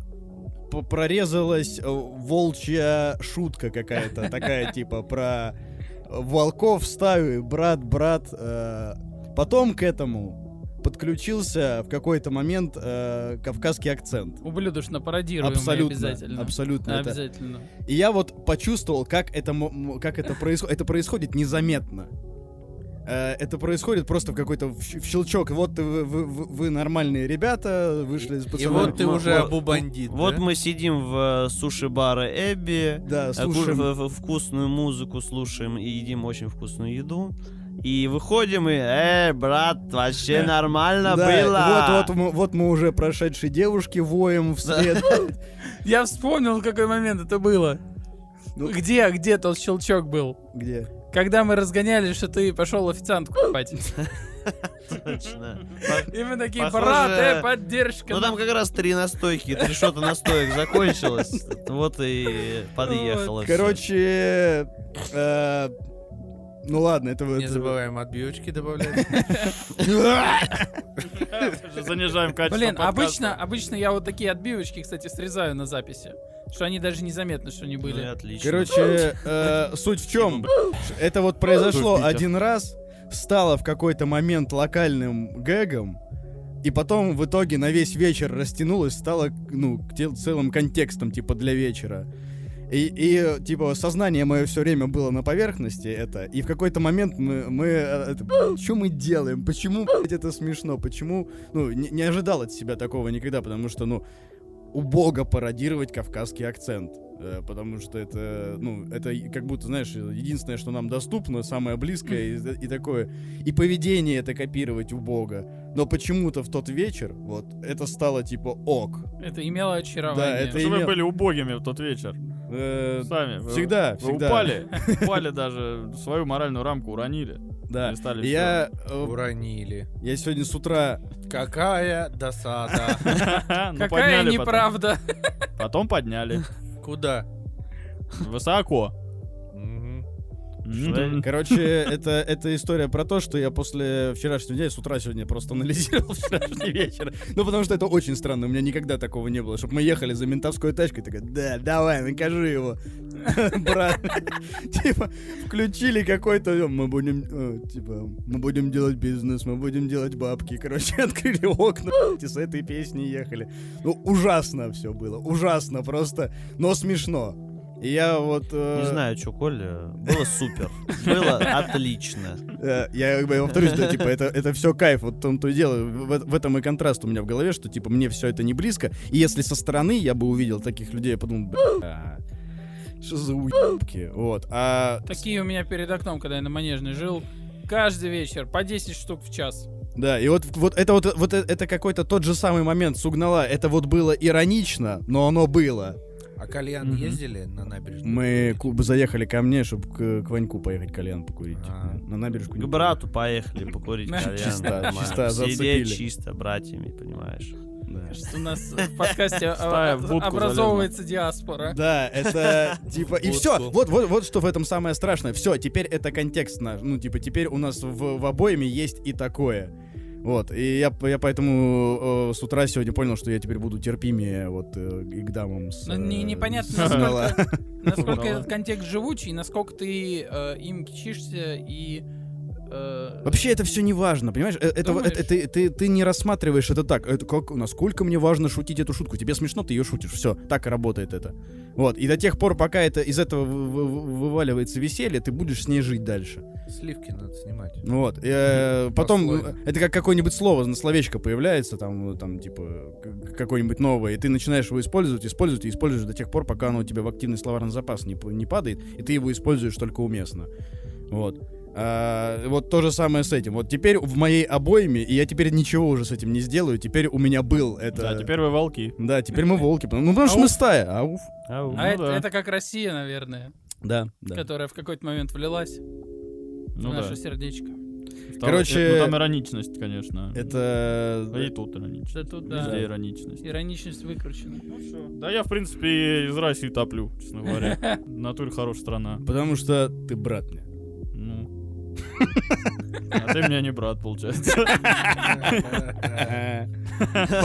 Speaker 6: п- прорезалась э, волчья шутка какая-то, такая типа про волков в стаю, и брат, брат. э. Потом к этому подключился в какой-то момент э, кавказский акцент.
Speaker 8: Ублюдочно пародируемый
Speaker 6: Абсолютно,
Speaker 8: обязательно.
Speaker 6: абсолютно. это-
Speaker 8: Обязательно.
Speaker 6: И я вот почувствовал, как это, м- м- как это происходит. Это происходит незаметно. Э, Это происходит просто в какой-то в щ- в щелчок. Вот вы, вы- вы- вы нормальные ребята, вышли из
Speaker 10: И
Speaker 6: пацанами.
Speaker 10: вот ты
Speaker 2: мо-
Speaker 10: уже
Speaker 2: мо-
Speaker 10: обубандит.
Speaker 2: Вот
Speaker 10: да?
Speaker 2: мы сидим в э, суши-бара Эбби, А
Speaker 6: Да,
Speaker 2: ку-
Speaker 10: э,
Speaker 6: слушаем.
Speaker 2: в- в- вкусную музыку слушаем и едим очень вкусную еду. И выходим и, эй, брат, вообще нормально
Speaker 6: Да,
Speaker 2: было.
Speaker 6: Вот, вот, мы- вот мы уже прошедшие девушки воем вслед.
Speaker 8: Я вспомнил, какой момент это было.
Speaker 6: Ну.
Speaker 8: Где, где тот щелчок был?
Speaker 6: Где?
Speaker 8: Когда мы разгонялись, что ты пошел официантку купать.
Speaker 2: Точно.
Speaker 8: И мы такие,
Speaker 2: Похоже-
Speaker 8: брат, э, поддержка.
Speaker 2: Ну там как раз три настойки, три шота настоек закончилось. Вот и подъехало. всё.
Speaker 6: Короче, э, ну ладно, это вы-
Speaker 10: Не
Speaker 6: это-
Speaker 10: забываем отбивочки добавлять.
Speaker 3: Занижаем качество
Speaker 8: Блин,
Speaker 3: подкаста.
Speaker 8: обычно, обычно я вот такие отбивочки, кстати, срезаю на записи. Что они даже незаметны, что они
Speaker 2: Ну и
Speaker 8: были.
Speaker 2: отлично.
Speaker 6: Короче, э, суть в чем? Это вот произошло
Speaker 3: Тупите.
Speaker 6: один раз, стало в какой-то момент локальным гэгом, и потом в итоге на весь вечер растянулось, стало ну к тел- целым контекстом типа для вечера. И, и, типа сознание мое все время было на поверхности это, и в какой-то момент мы, мы что мы делаем, почему блядь, это смешно, почему ну не, не ожидал от себя такого никогда, потому что ну убого пародировать кавказский акцент. э, Потому что это, ну, это и- как будто, знаешь, единственное, что нам доступно, самое близкое и, и такое. И поведение это копировать убого. Но почему-то в тот вечер, вот, это стало типа ок.
Speaker 8: Это имело
Speaker 6: Да,
Speaker 8: очарование.
Speaker 6: это-
Speaker 3: Потому что
Speaker 6: имел.
Speaker 3: вы были убогими в тот вечер.
Speaker 6: Э,
Speaker 3: Сами. Вы-
Speaker 6: Всегда,
Speaker 3: Вы
Speaker 6: всегда.
Speaker 3: упали. Упали даже. Свою моральную рамку уронили.
Speaker 6: Да.
Speaker 3: Не стали
Speaker 6: Я, э,
Speaker 10: Уронили.
Speaker 6: я сегодня с утра...
Speaker 10: Какая досада.
Speaker 3: Ну,
Speaker 8: Какая
Speaker 3: подняли потом.
Speaker 8: неправда.
Speaker 3: Потом подняли.
Speaker 10: Куда?
Speaker 3: Высоко. Ну
Speaker 10: Мгм.
Speaker 2: Человек.
Speaker 6: Короче, это, это история про то, что я после вчерашнего дня, с утра сегодня просто анализировал вчерашний вечер. Ну, потому что это очень странно, у меня никогда такого не было, чтобы мы ехали за ментовской тачкой, такая, да, давай, накажи его, брат. Типа, включили какой-то, мы будем, э, типа, мы будем делать бизнес, мы будем делать бабки, короче, открыли окна, и с этой песней ехали. Ну, ужасно все было, ужасно просто, но смешно. И я вот... э,
Speaker 2: Не знаю, что, Коля, было супер. Было отлично.
Speaker 6: Э, Я как бы повторюсь, да, типа, это, это все кайф, вот в том-то и дело. В, в этом и контраст у меня в голове, что, типа, мне все это не близко. И если со стороны я бы увидел таких людей, я подумал, бля, что за уебки, вот. А,
Speaker 8: Такие у меня перед окном, когда я на Манежной жил. Каждый вечер по 10 штук в час.
Speaker 6: да, и вот, вот это вот, вот э- это какой-то тот же самый момент с угнала. Это вот было иронично, но оно было.
Speaker 10: А кальян ездили на набережную?
Speaker 6: Мы ку- заехали ко мне, чтобы к, к Ваньку поехать кальян покурить.
Speaker 10: А.
Speaker 6: На набережку.
Speaker 2: К брату поехали покурить кальян.
Speaker 6: Чисто,
Speaker 2: нормально.
Speaker 6: чисто
Speaker 2: Сидеть
Speaker 6: зацепили.
Speaker 2: чисто братьями, понимаешь.
Speaker 6: Да.
Speaker 8: Что у нас в подкасте
Speaker 3: Стая
Speaker 8: а,
Speaker 3: в будку
Speaker 8: образовывается диаспора.
Speaker 6: Да, это типа... И
Speaker 10: Вот
Speaker 6: все,
Speaker 10: что.
Speaker 6: вот, вот, вот что в этом самое страшное. Все, теперь это контекст наш. Ну, типа, теперь у нас в, в обоими есть и такое. Вот, и я, п- я поэтому э, с утра сегодня понял, что я теперь буду терпимее вот э, и к дамам с...
Speaker 8: Ну, не-
Speaker 6: э,
Speaker 8: непонятно,
Speaker 6: с-
Speaker 8: насколько-
Speaker 6: Нала.
Speaker 8: Насколько
Speaker 3: Угадала.
Speaker 8: этот контекст живучий, насколько ты э, им кичишься и... э,
Speaker 6: Вообще это все не важно, понимаешь? Э, Это,
Speaker 8: Думаешь?
Speaker 6: это- ты, ты, ты не рассматриваешь это так. Это как, насколько мне важно шутить эту шутку? Тебе смешно, ты ее шутишь. Все, так и работает это. Вот. И до тех пор, пока это из этого вы- вы- вываливается веселье, ты будешь с ней жить дальше.
Speaker 10: Сливки надо снимать.
Speaker 6: Ну Вот. э, потом
Speaker 10: Послойно.
Speaker 6: э, это как какое-нибудь слово, на словечко появляется, там, э, там типа, к- какое-нибудь новое, и ты начинаешь его использовать, использовать и используешь до тех пор, пока оно у тебя в активный словарный запас не, п- не падает, и ты его используешь только уместно. Вот. А, вот то же самое с этим. Вот теперь в моей обойме, и я теперь ничего уже с этим не сделаю, теперь у меня был это...
Speaker 3: Да, теперь вы волки.
Speaker 6: Да, теперь мы волки. Ну, потому что мы
Speaker 8: Ауф.
Speaker 6: стая. Ауф.
Speaker 3: Ау, ну
Speaker 8: А это,
Speaker 3: да.
Speaker 8: это как Россия, наверное,
Speaker 6: Да, да.
Speaker 8: которая в какой-то момент влилась
Speaker 3: Ну
Speaker 8: в
Speaker 3: да.
Speaker 8: наше сердечко.
Speaker 3: Там-
Speaker 6: Короче,
Speaker 3: ну, там ироничность, конечно.
Speaker 6: Это... э,
Speaker 3: Да и тут ироничность.
Speaker 8: Да тут, да.
Speaker 3: Везде ироничность.
Speaker 8: Ироничность выкручена.
Speaker 3: Да я, в принципе, из России топлю, честно говоря. В Натуре хорошая страна.
Speaker 6: Потому что ты брат мне.
Speaker 3: Ну. А ты меня не брат, получается.
Speaker 6: Э,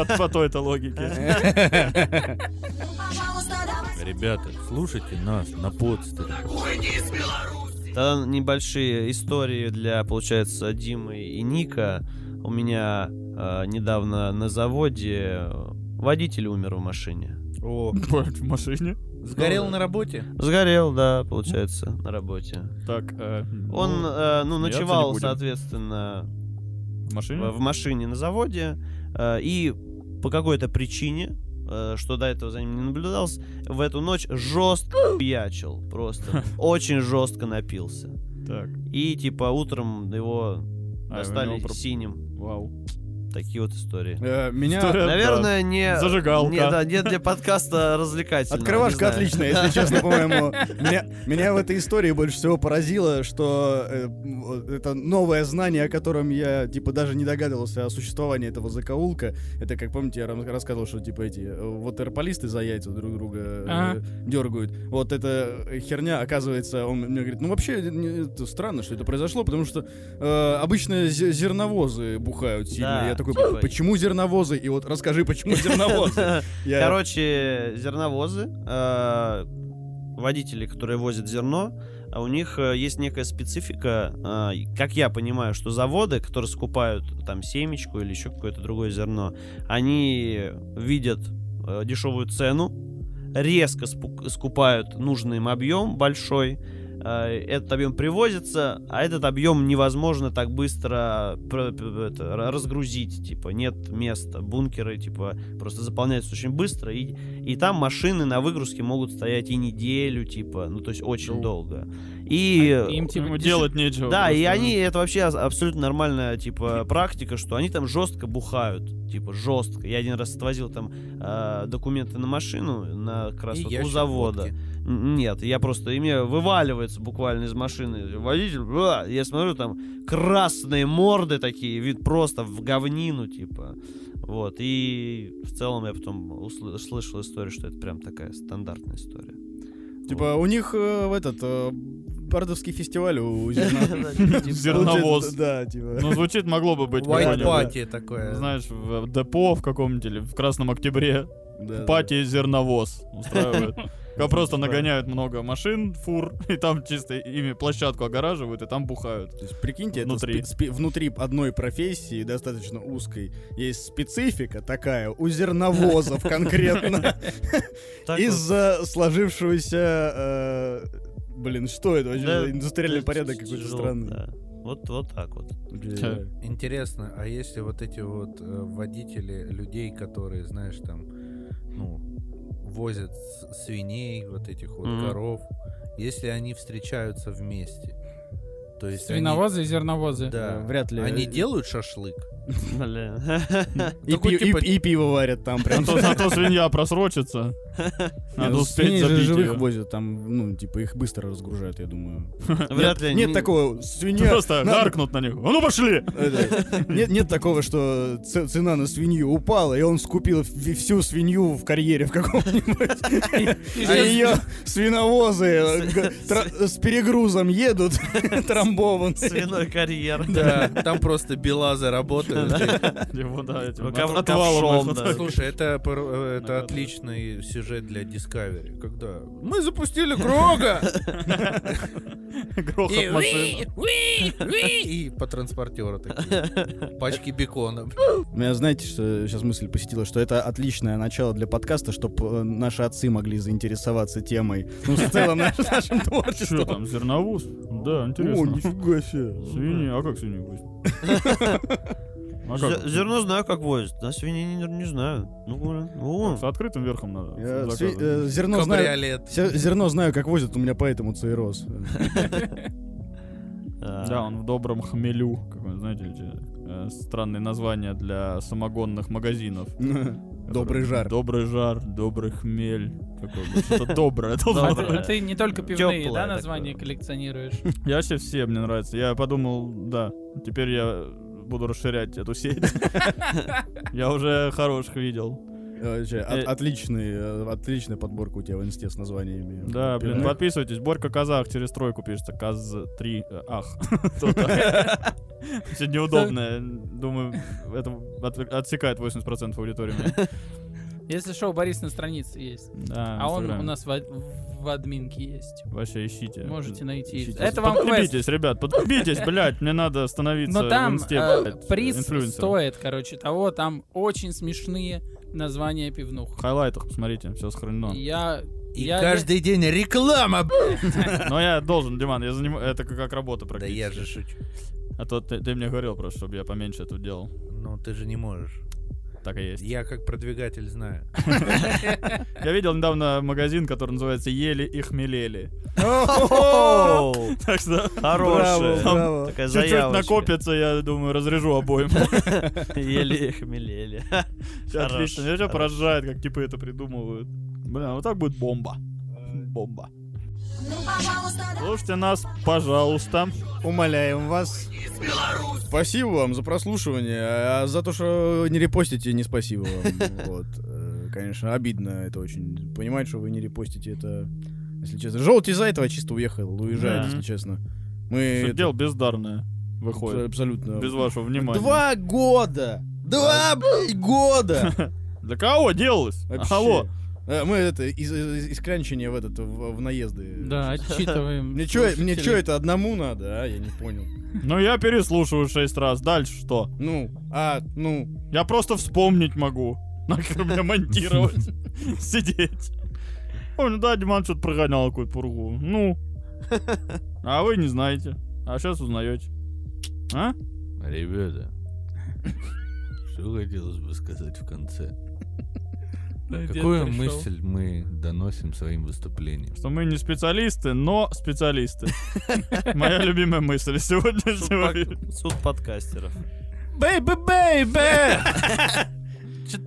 Speaker 3: По- По той-то логике.
Speaker 7: Ну, пожалуйста, давай
Speaker 10: Ребята, слушайте нас на подстере.
Speaker 1: Уйди из Беларуси!
Speaker 2: Тогда небольшие истории для, получается, Димы и Ника. У меня э, недавно на заводе э, водитель умер в машине.
Speaker 3: О, в машине.
Speaker 10: Сгорел на работе?
Speaker 2: Сгорел, да, получается, на работе.
Speaker 3: Так, э,
Speaker 2: Он, э, ну,
Speaker 3: смеяться не
Speaker 2: ночевал,
Speaker 3: будем.
Speaker 2: соответственно,
Speaker 3: в
Speaker 2: в
Speaker 3: машине?
Speaker 2: в машине на заводе, э, и по какой-то причине, э, что до этого за ним не наблюдалось, в эту ночь жестко пьячил, просто очень жестко напился.
Speaker 3: Так,
Speaker 2: И типа утром его
Speaker 3: А,
Speaker 2: достали
Speaker 3: его проп-
Speaker 2: синим.
Speaker 3: вау.
Speaker 2: Такие вот истории.
Speaker 6: Э, Меня...
Speaker 3: История,
Speaker 2: Наверное, не...
Speaker 3: Зажигалка.
Speaker 2: Не, да, нет для подкаста развлекательного. не
Speaker 6: Открывашка
Speaker 2: знаю.
Speaker 6: отличная, если честно, по-моему. Меня, меня в этой истории больше всего поразило, что э, м, это новое знание, о котором я, типа, даже не догадывался о существовании этого закоулка. Это, как помните, я рам- рассказывал, что, типа, эти э, waterpolisты за яйца друг друга э,
Speaker 8: Ага.
Speaker 6: дергают. Вот эта херня, оказывается, он мне говорит, ну, вообще, не- это странно, что это произошло, потому что э, обычно зе- зерновозы бухают сильно.
Speaker 2: Да,
Speaker 6: я такой,
Speaker 2: типа-
Speaker 6: почему зерновозы? И вот расскажи, почему зерновозы? Я-
Speaker 2: Короче, зерновозы, э, водители, которые возят зерно, а у них э, есть некая специфика, э, и, как я понимаю, что заводы, которые скупают там семечку или еще какое-то другое зерно, они видят э, дешевую цену, резко спу- скупают нужный им объем большой, э, этот объем привозится, а этот объем невозможно так быстро пр- пр- это, ра- разгрузить, типа нет места, бункеры типа просто заполняются очень быстро, и, и там машины на выгрузке могут стоять и неделю, типа, ну то есть очень долго. И
Speaker 8: Им типа
Speaker 3: Ему Ну,
Speaker 8: деш-
Speaker 3: делать
Speaker 6: Ну,
Speaker 3: нечего.
Speaker 2: да, и
Speaker 3: просто.
Speaker 2: они, это вообще ас- абсолютно нормальная, типа, практика, что они там жестко бухают, типа, жестко. Я один раз отвозил там э, документы на машину, на как раз
Speaker 10: И
Speaker 2: вот у
Speaker 10: ящик
Speaker 2: завода.
Speaker 10: водки.
Speaker 2: Н- Нет, я просто, и мне вываливается буквально из машины водитель, бла, я смотрю, там красные морды такие, вид просто в говнину, типа. Вот, и в целом я потом усл- услышал историю, что это прям такая стандартная история.
Speaker 6: Типа, у них э, в этот э, бардовский фестиваль у
Speaker 2: Да, типа.
Speaker 3: Зерновоз.
Speaker 6: Да, типа.
Speaker 3: Ну, звучит, могло бы быть.
Speaker 10: White
Speaker 3: какое-нибудь,
Speaker 10: party такое.
Speaker 3: Знаешь, в э, депо в каком-нибудь или в Красном Октябре.
Speaker 6: Да, да.
Speaker 3: Пати зерновоз устраивают. Как просто нагоняют много машин, фур, и там чисто ими площадку огораживают, и там бухают.
Speaker 6: То есть, прикиньте,
Speaker 3: Внутри.
Speaker 6: внутри. внутри одной профессии, достаточно узкой, есть специфика такая у зерновозов конкретно.
Speaker 2: Так вот.
Speaker 6: Из-за сложившегося... э, Блин, что это вообще?
Speaker 2: Да,
Speaker 6: за индустриальный
Speaker 2: т-
Speaker 6: порядок
Speaker 2: т-
Speaker 6: какой-то
Speaker 2: тяжело,
Speaker 6: странный.
Speaker 2: да. Вот, вот так вот.
Speaker 6: Бля.
Speaker 10: Интересно, а если вот эти вот э, водители людей, которые, знаешь, там, ну, возят с- свиней, вот этих вот
Speaker 2: Мгм.
Speaker 10: коров, если они встречаются вместе, то есть они-
Speaker 8: Свиновозы и зерновозы.
Speaker 10: да,
Speaker 6: Вряд ли.
Speaker 10: они делают шашлык.
Speaker 2: Блин.
Speaker 6: И
Speaker 10: Такой,
Speaker 6: пи-
Speaker 10: типа-
Speaker 6: и- и пиво варят там
Speaker 3: А
Speaker 6: прям.
Speaker 3: то, а то свинья просрочится. Надо
Speaker 6: Ну,
Speaker 3: успеть
Speaker 6: свиней же
Speaker 3: забить
Speaker 6: живых
Speaker 3: её.
Speaker 6: возят, там, ну, типа, их быстро разгружают, я думаю.
Speaker 2: Вряд ли.
Speaker 6: Нет
Speaker 2: не-
Speaker 6: такого, свинья...
Speaker 3: Просто
Speaker 6: надо-
Speaker 3: гаркнут на них. А ну пошли!
Speaker 6: Это, Э, Нет, нет такого, что ц- цена на свинью упала, и он скупил в- всю свинью в карьере в каком-нибудь. А ее свиновозы э, г- тра- с перегрузом едут, трамбованные.
Speaker 2: Свиной карьер.
Speaker 10: Да, там просто белазы работают.
Speaker 3: Его, Типа, да, этим
Speaker 2: Ну, ков-
Speaker 3: от- отвалом
Speaker 2: ковшом,
Speaker 3: их
Speaker 2: да.
Speaker 3: вот так.
Speaker 10: Слушай, это пор- э, это отличный сюжет для Discovery, когда мы запустили Крога!
Speaker 3: Грохот
Speaker 10: И
Speaker 3: машин.
Speaker 10: уи, уи, уи, И по транспортеру такие. Пачки бекона.
Speaker 6: Меня знаете, что сейчас мысль посетила, что это отличное начало для подкаста, чтобы наши отцы могли заинтересоваться темой. Ну, в целом, наш- нашим
Speaker 3: Что
Speaker 6: творчеством.
Speaker 3: там, зерновоз? Да,
Speaker 6: О,
Speaker 3: интересно.
Speaker 6: нифига себе.
Speaker 3: Свиньи, а как свиньи возят? А как?
Speaker 2: Зе- Зерно знаю, как возят. На свиней не, не знаю. Ну, говорю, о.
Speaker 3: С открытым верхом надо.
Speaker 6: Я
Speaker 3: заказывать.
Speaker 6: цве- э,
Speaker 10: Ну,
Speaker 6: Зерно знаю...
Speaker 10: Кабриолет.
Speaker 6: ся- Зерно знаю, как возят, у меня поэтому цирроз.
Speaker 2: А,
Speaker 3: Да, он в добром хмелю. Какой, знаете, эти, э, странные названия для самогонных магазинов.
Speaker 6: Добрый
Speaker 3: Которые-
Speaker 6: жар.
Speaker 3: Добрый жар, добрый хмель. Какое бы что-то доброе
Speaker 8: А
Speaker 3: должно
Speaker 8: ты-
Speaker 3: быть.
Speaker 8: а ты не
Speaker 10: Ну,
Speaker 8: только пивные,
Speaker 2: Тёплое
Speaker 8: да, названия коллекционируешь?
Speaker 3: Я вообще все мне нравится. Я подумал, да, теперь я буду расширять эту сеть. Я уже хороших видел.
Speaker 6: Вообще, от-
Speaker 3: Э,
Speaker 6: отличный, э, отличная подборка у тебя в инсте с названиями.
Speaker 3: Да, блин,
Speaker 6: Пивных.
Speaker 3: подписывайтесь. Борька Казах через тройку пишется. Каз-3. Ах. Все неудобное. Думаю, это отв- отсекает 80% аудитории. мне.
Speaker 8: Если что, у Бориса на странице есть.
Speaker 3: Да,
Speaker 8: А он
Speaker 3: Инстаграм.
Speaker 8: у нас в, ад- в админке есть.
Speaker 3: Вообще ищите.
Speaker 8: Можете найти.
Speaker 3: Ищите.
Speaker 8: Это вам
Speaker 3: Подкрепитесь,
Speaker 8: квест.
Speaker 3: ребят, подкрепитесь, блядь, мне надо становиться
Speaker 8: Но
Speaker 3: в
Speaker 8: там
Speaker 3: инсте,
Speaker 8: э,
Speaker 3: блядь,
Speaker 8: приз
Speaker 3: инфлюенсером.
Speaker 8: стоит, короче, того. Там очень смешные названия пивнух.
Speaker 3: В хайлайтах, посмотрите, все сохранено.
Speaker 8: Я...
Speaker 10: И
Speaker 8: я-
Speaker 10: каждый день реклама. б***ь.
Speaker 3: Но я должен, Диман, я занимаюсь, это как, как работа
Speaker 10: Да
Speaker 3: практически.
Speaker 10: я же шучу.
Speaker 3: А то ты, ты мне говорил просто, чтобы я поменьше это делал.
Speaker 10: Ну ты же не можешь.
Speaker 3: Так и есть.
Speaker 10: Я как продвигатель знаю.
Speaker 3: Я видел недавно магазин, который называется «Ели и хмелели».
Speaker 2: А. О,
Speaker 3: Так что
Speaker 2: Хорошая.
Speaker 3: Браво,
Speaker 6: браво.
Speaker 2: Такая
Speaker 3: чуть-чуть
Speaker 2: заявочка.
Speaker 3: накопится, я думаю, разрежу обоим.
Speaker 2: Еле хмелели. Хорош,
Speaker 3: Отлично, меня всё
Speaker 2: хорош.
Speaker 3: поражает, как типы это придумывают. Блин, вот так будет бомба.
Speaker 2: Э.
Speaker 3: Бомба.
Speaker 7: Ну, пожалуйста,
Speaker 3: Слушайте нас, пожалуйста.
Speaker 6: Умоляем вас. Спасибо вам за прослушивание, а за то, что не репостите, не спасибо вам. Вот. Э, Конечно, обидно это очень. Понимать, что вы не репостите, это, если честно. Желтый из-за этого чисто уехал, уезжает,
Speaker 3: Да.
Speaker 6: если честно. Мы
Speaker 3: Что дело бездарное
Speaker 6: это
Speaker 3: выходит.
Speaker 6: абсолютно...
Speaker 3: Без вашего внимания.
Speaker 6: Два года! Два блядь, года!
Speaker 3: Для кого делалось?
Speaker 6: Вообще.
Speaker 3: Алло.
Speaker 6: Э, Мы это из, из, из клянчения в этот в, в наезды.
Speaker 8: Да, отчитываем.
Speaker 6: Мне чё, мне
Speaker 8: слушателей.
Speaker 6: чё это одному надо, а? Я не понял.
Speaker 3: Ну я переслушиваю шесть раз. Дальше что?
Speaker 6: Ну, а, ну,
Speaker 3: Я просто вспомнить могу. Нахер меня монтировать. Сидеть. Ой, ну да, Диман что-то прогонял какую-то пургу. Ну. А вы не знаете. А сейчас узнаете. А?
Speaker 10: Ребята, что хотелось бы сказать в конце?
Speaker 8: Дед
Speaker 10: Какую
Speaker 8: пришёл.
Speaker 10: мысль мы доносим своим выступлением?
Speaker 3: Что мы не специалисты, но специалисты. Моя любимая мысль
Speaker 2: Суд
Speaker 3: сегодняшнего вечера.
Speaker 2: пок- Суд подкастеров.
Speaker 10: Бэйби, бэйби!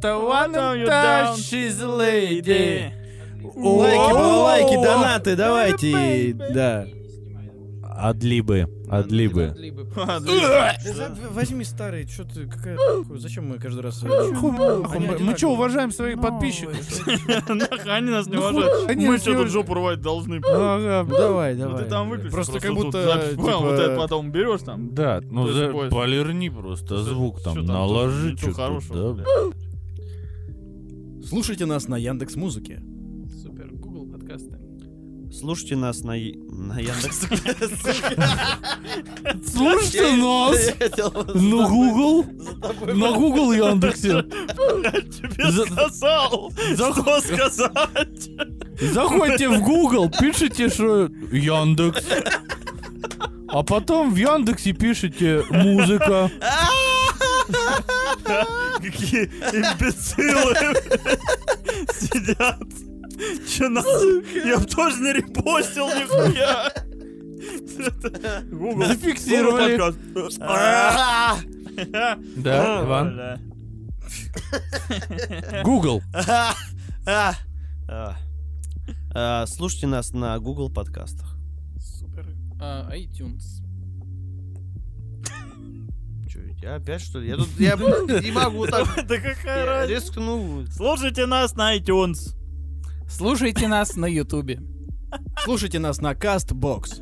Speaker 3: Wanna touch
Speaker 6: лайки, балалайки, донаты, давайте. Да.
Speaker 10: Адлибы.
Speaker 4: Адлибы.
Speaker 6: Да Э, за- Возьми старый, что ты, какая... Зачем мы каждый раз...
Speaker 10: Мы что, уважаем своих подписчиков?
Speaker 3: Нахуй они нас не уважают.
Speaker 10: они
Speaker 3: Мы
Speaker 10: нас не
Speaker 3: что тут жопу рвать должны?
Speaker 10: Ага,
Speaker 6: Ну, Давай,
Speaker 3: Ну
Speaker 6: давай.
Speaker 3: ты там выключи.
Speaker 6: Просто как
Speaker 3: тут
Speaker 6: будто,
Speaker 3: запись,
Speaker 6: типа,
Speaker 3: понял, Вот это потом берешь там.
Speaker 4: Да, ну
Speaker 3: Ты
Speaker 4: за-
Speaker 3: спой-
Speaker 4: полирни просто звук
Speaker 3: Что
Speaker 4: там,
Speaker 3: там,
Speaker 4: наложи
Speaker 3: ничего
Speaker 4: что-то,
Speaker 3: хорошего,
Speaker 4: да.
Speaker 6: Слушайте нас на Яндекс Музыке.
Speaker 8: Супер, Google подкасты.
Speaker 2: Слушайте нас на, и- на Яндекс.
Speaker 5: Слушайте нас на Google, на Google Яндексе.
Speaker 3: Тебе
Speaker 5: За-
Speaker 3: сказал, что сказать.
Speaker 5: Заходите в Google, пишите, что Яндекс. А потом в Яндексе пишите музыка.
Speaker 3: Какие имбецилы блядь, сидят. Че надо? Я бы тоже не репостил нихуя. Это Google.
Speaker 5: Зафиксировали.
Speaker 3: Google подкаст. А,
Speaker 4: Да, Иван?
Speaker 3: бля.
Speaker 5: Google.
Speaker 2: А, а. А, Слушайте нас на Google подкастах.
Speaker 8: Супер. А, iTunes.
Speaker 2: Чё, я опять что ли? Я тут я не могу так.
Speaker 3: Да
Speaker 2: Я
Speaker 3: какая разница?
Speaker 2: рискну.
Speaker 3: Слушайте нас на iTunes.
Speaker 8: Слушайте нас на Ютубе.
Speaker 6: Слушайте нас на Кастбокс.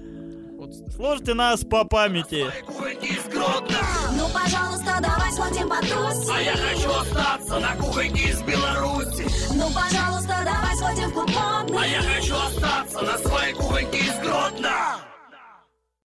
Speaker 3: Слушайте нас по памяти.
Speaker 1: Курить из Гродно,
Speaker 7: Ну, пожалуйста, давай сходим потусим.
Speaker 1: а я хочу остаться на кухне из Беларуси.
Speaker 7: Ну, пожалуйста, давай сходим в клуб модный.
Speaker 1: А я хочу остаться на своей кухоньке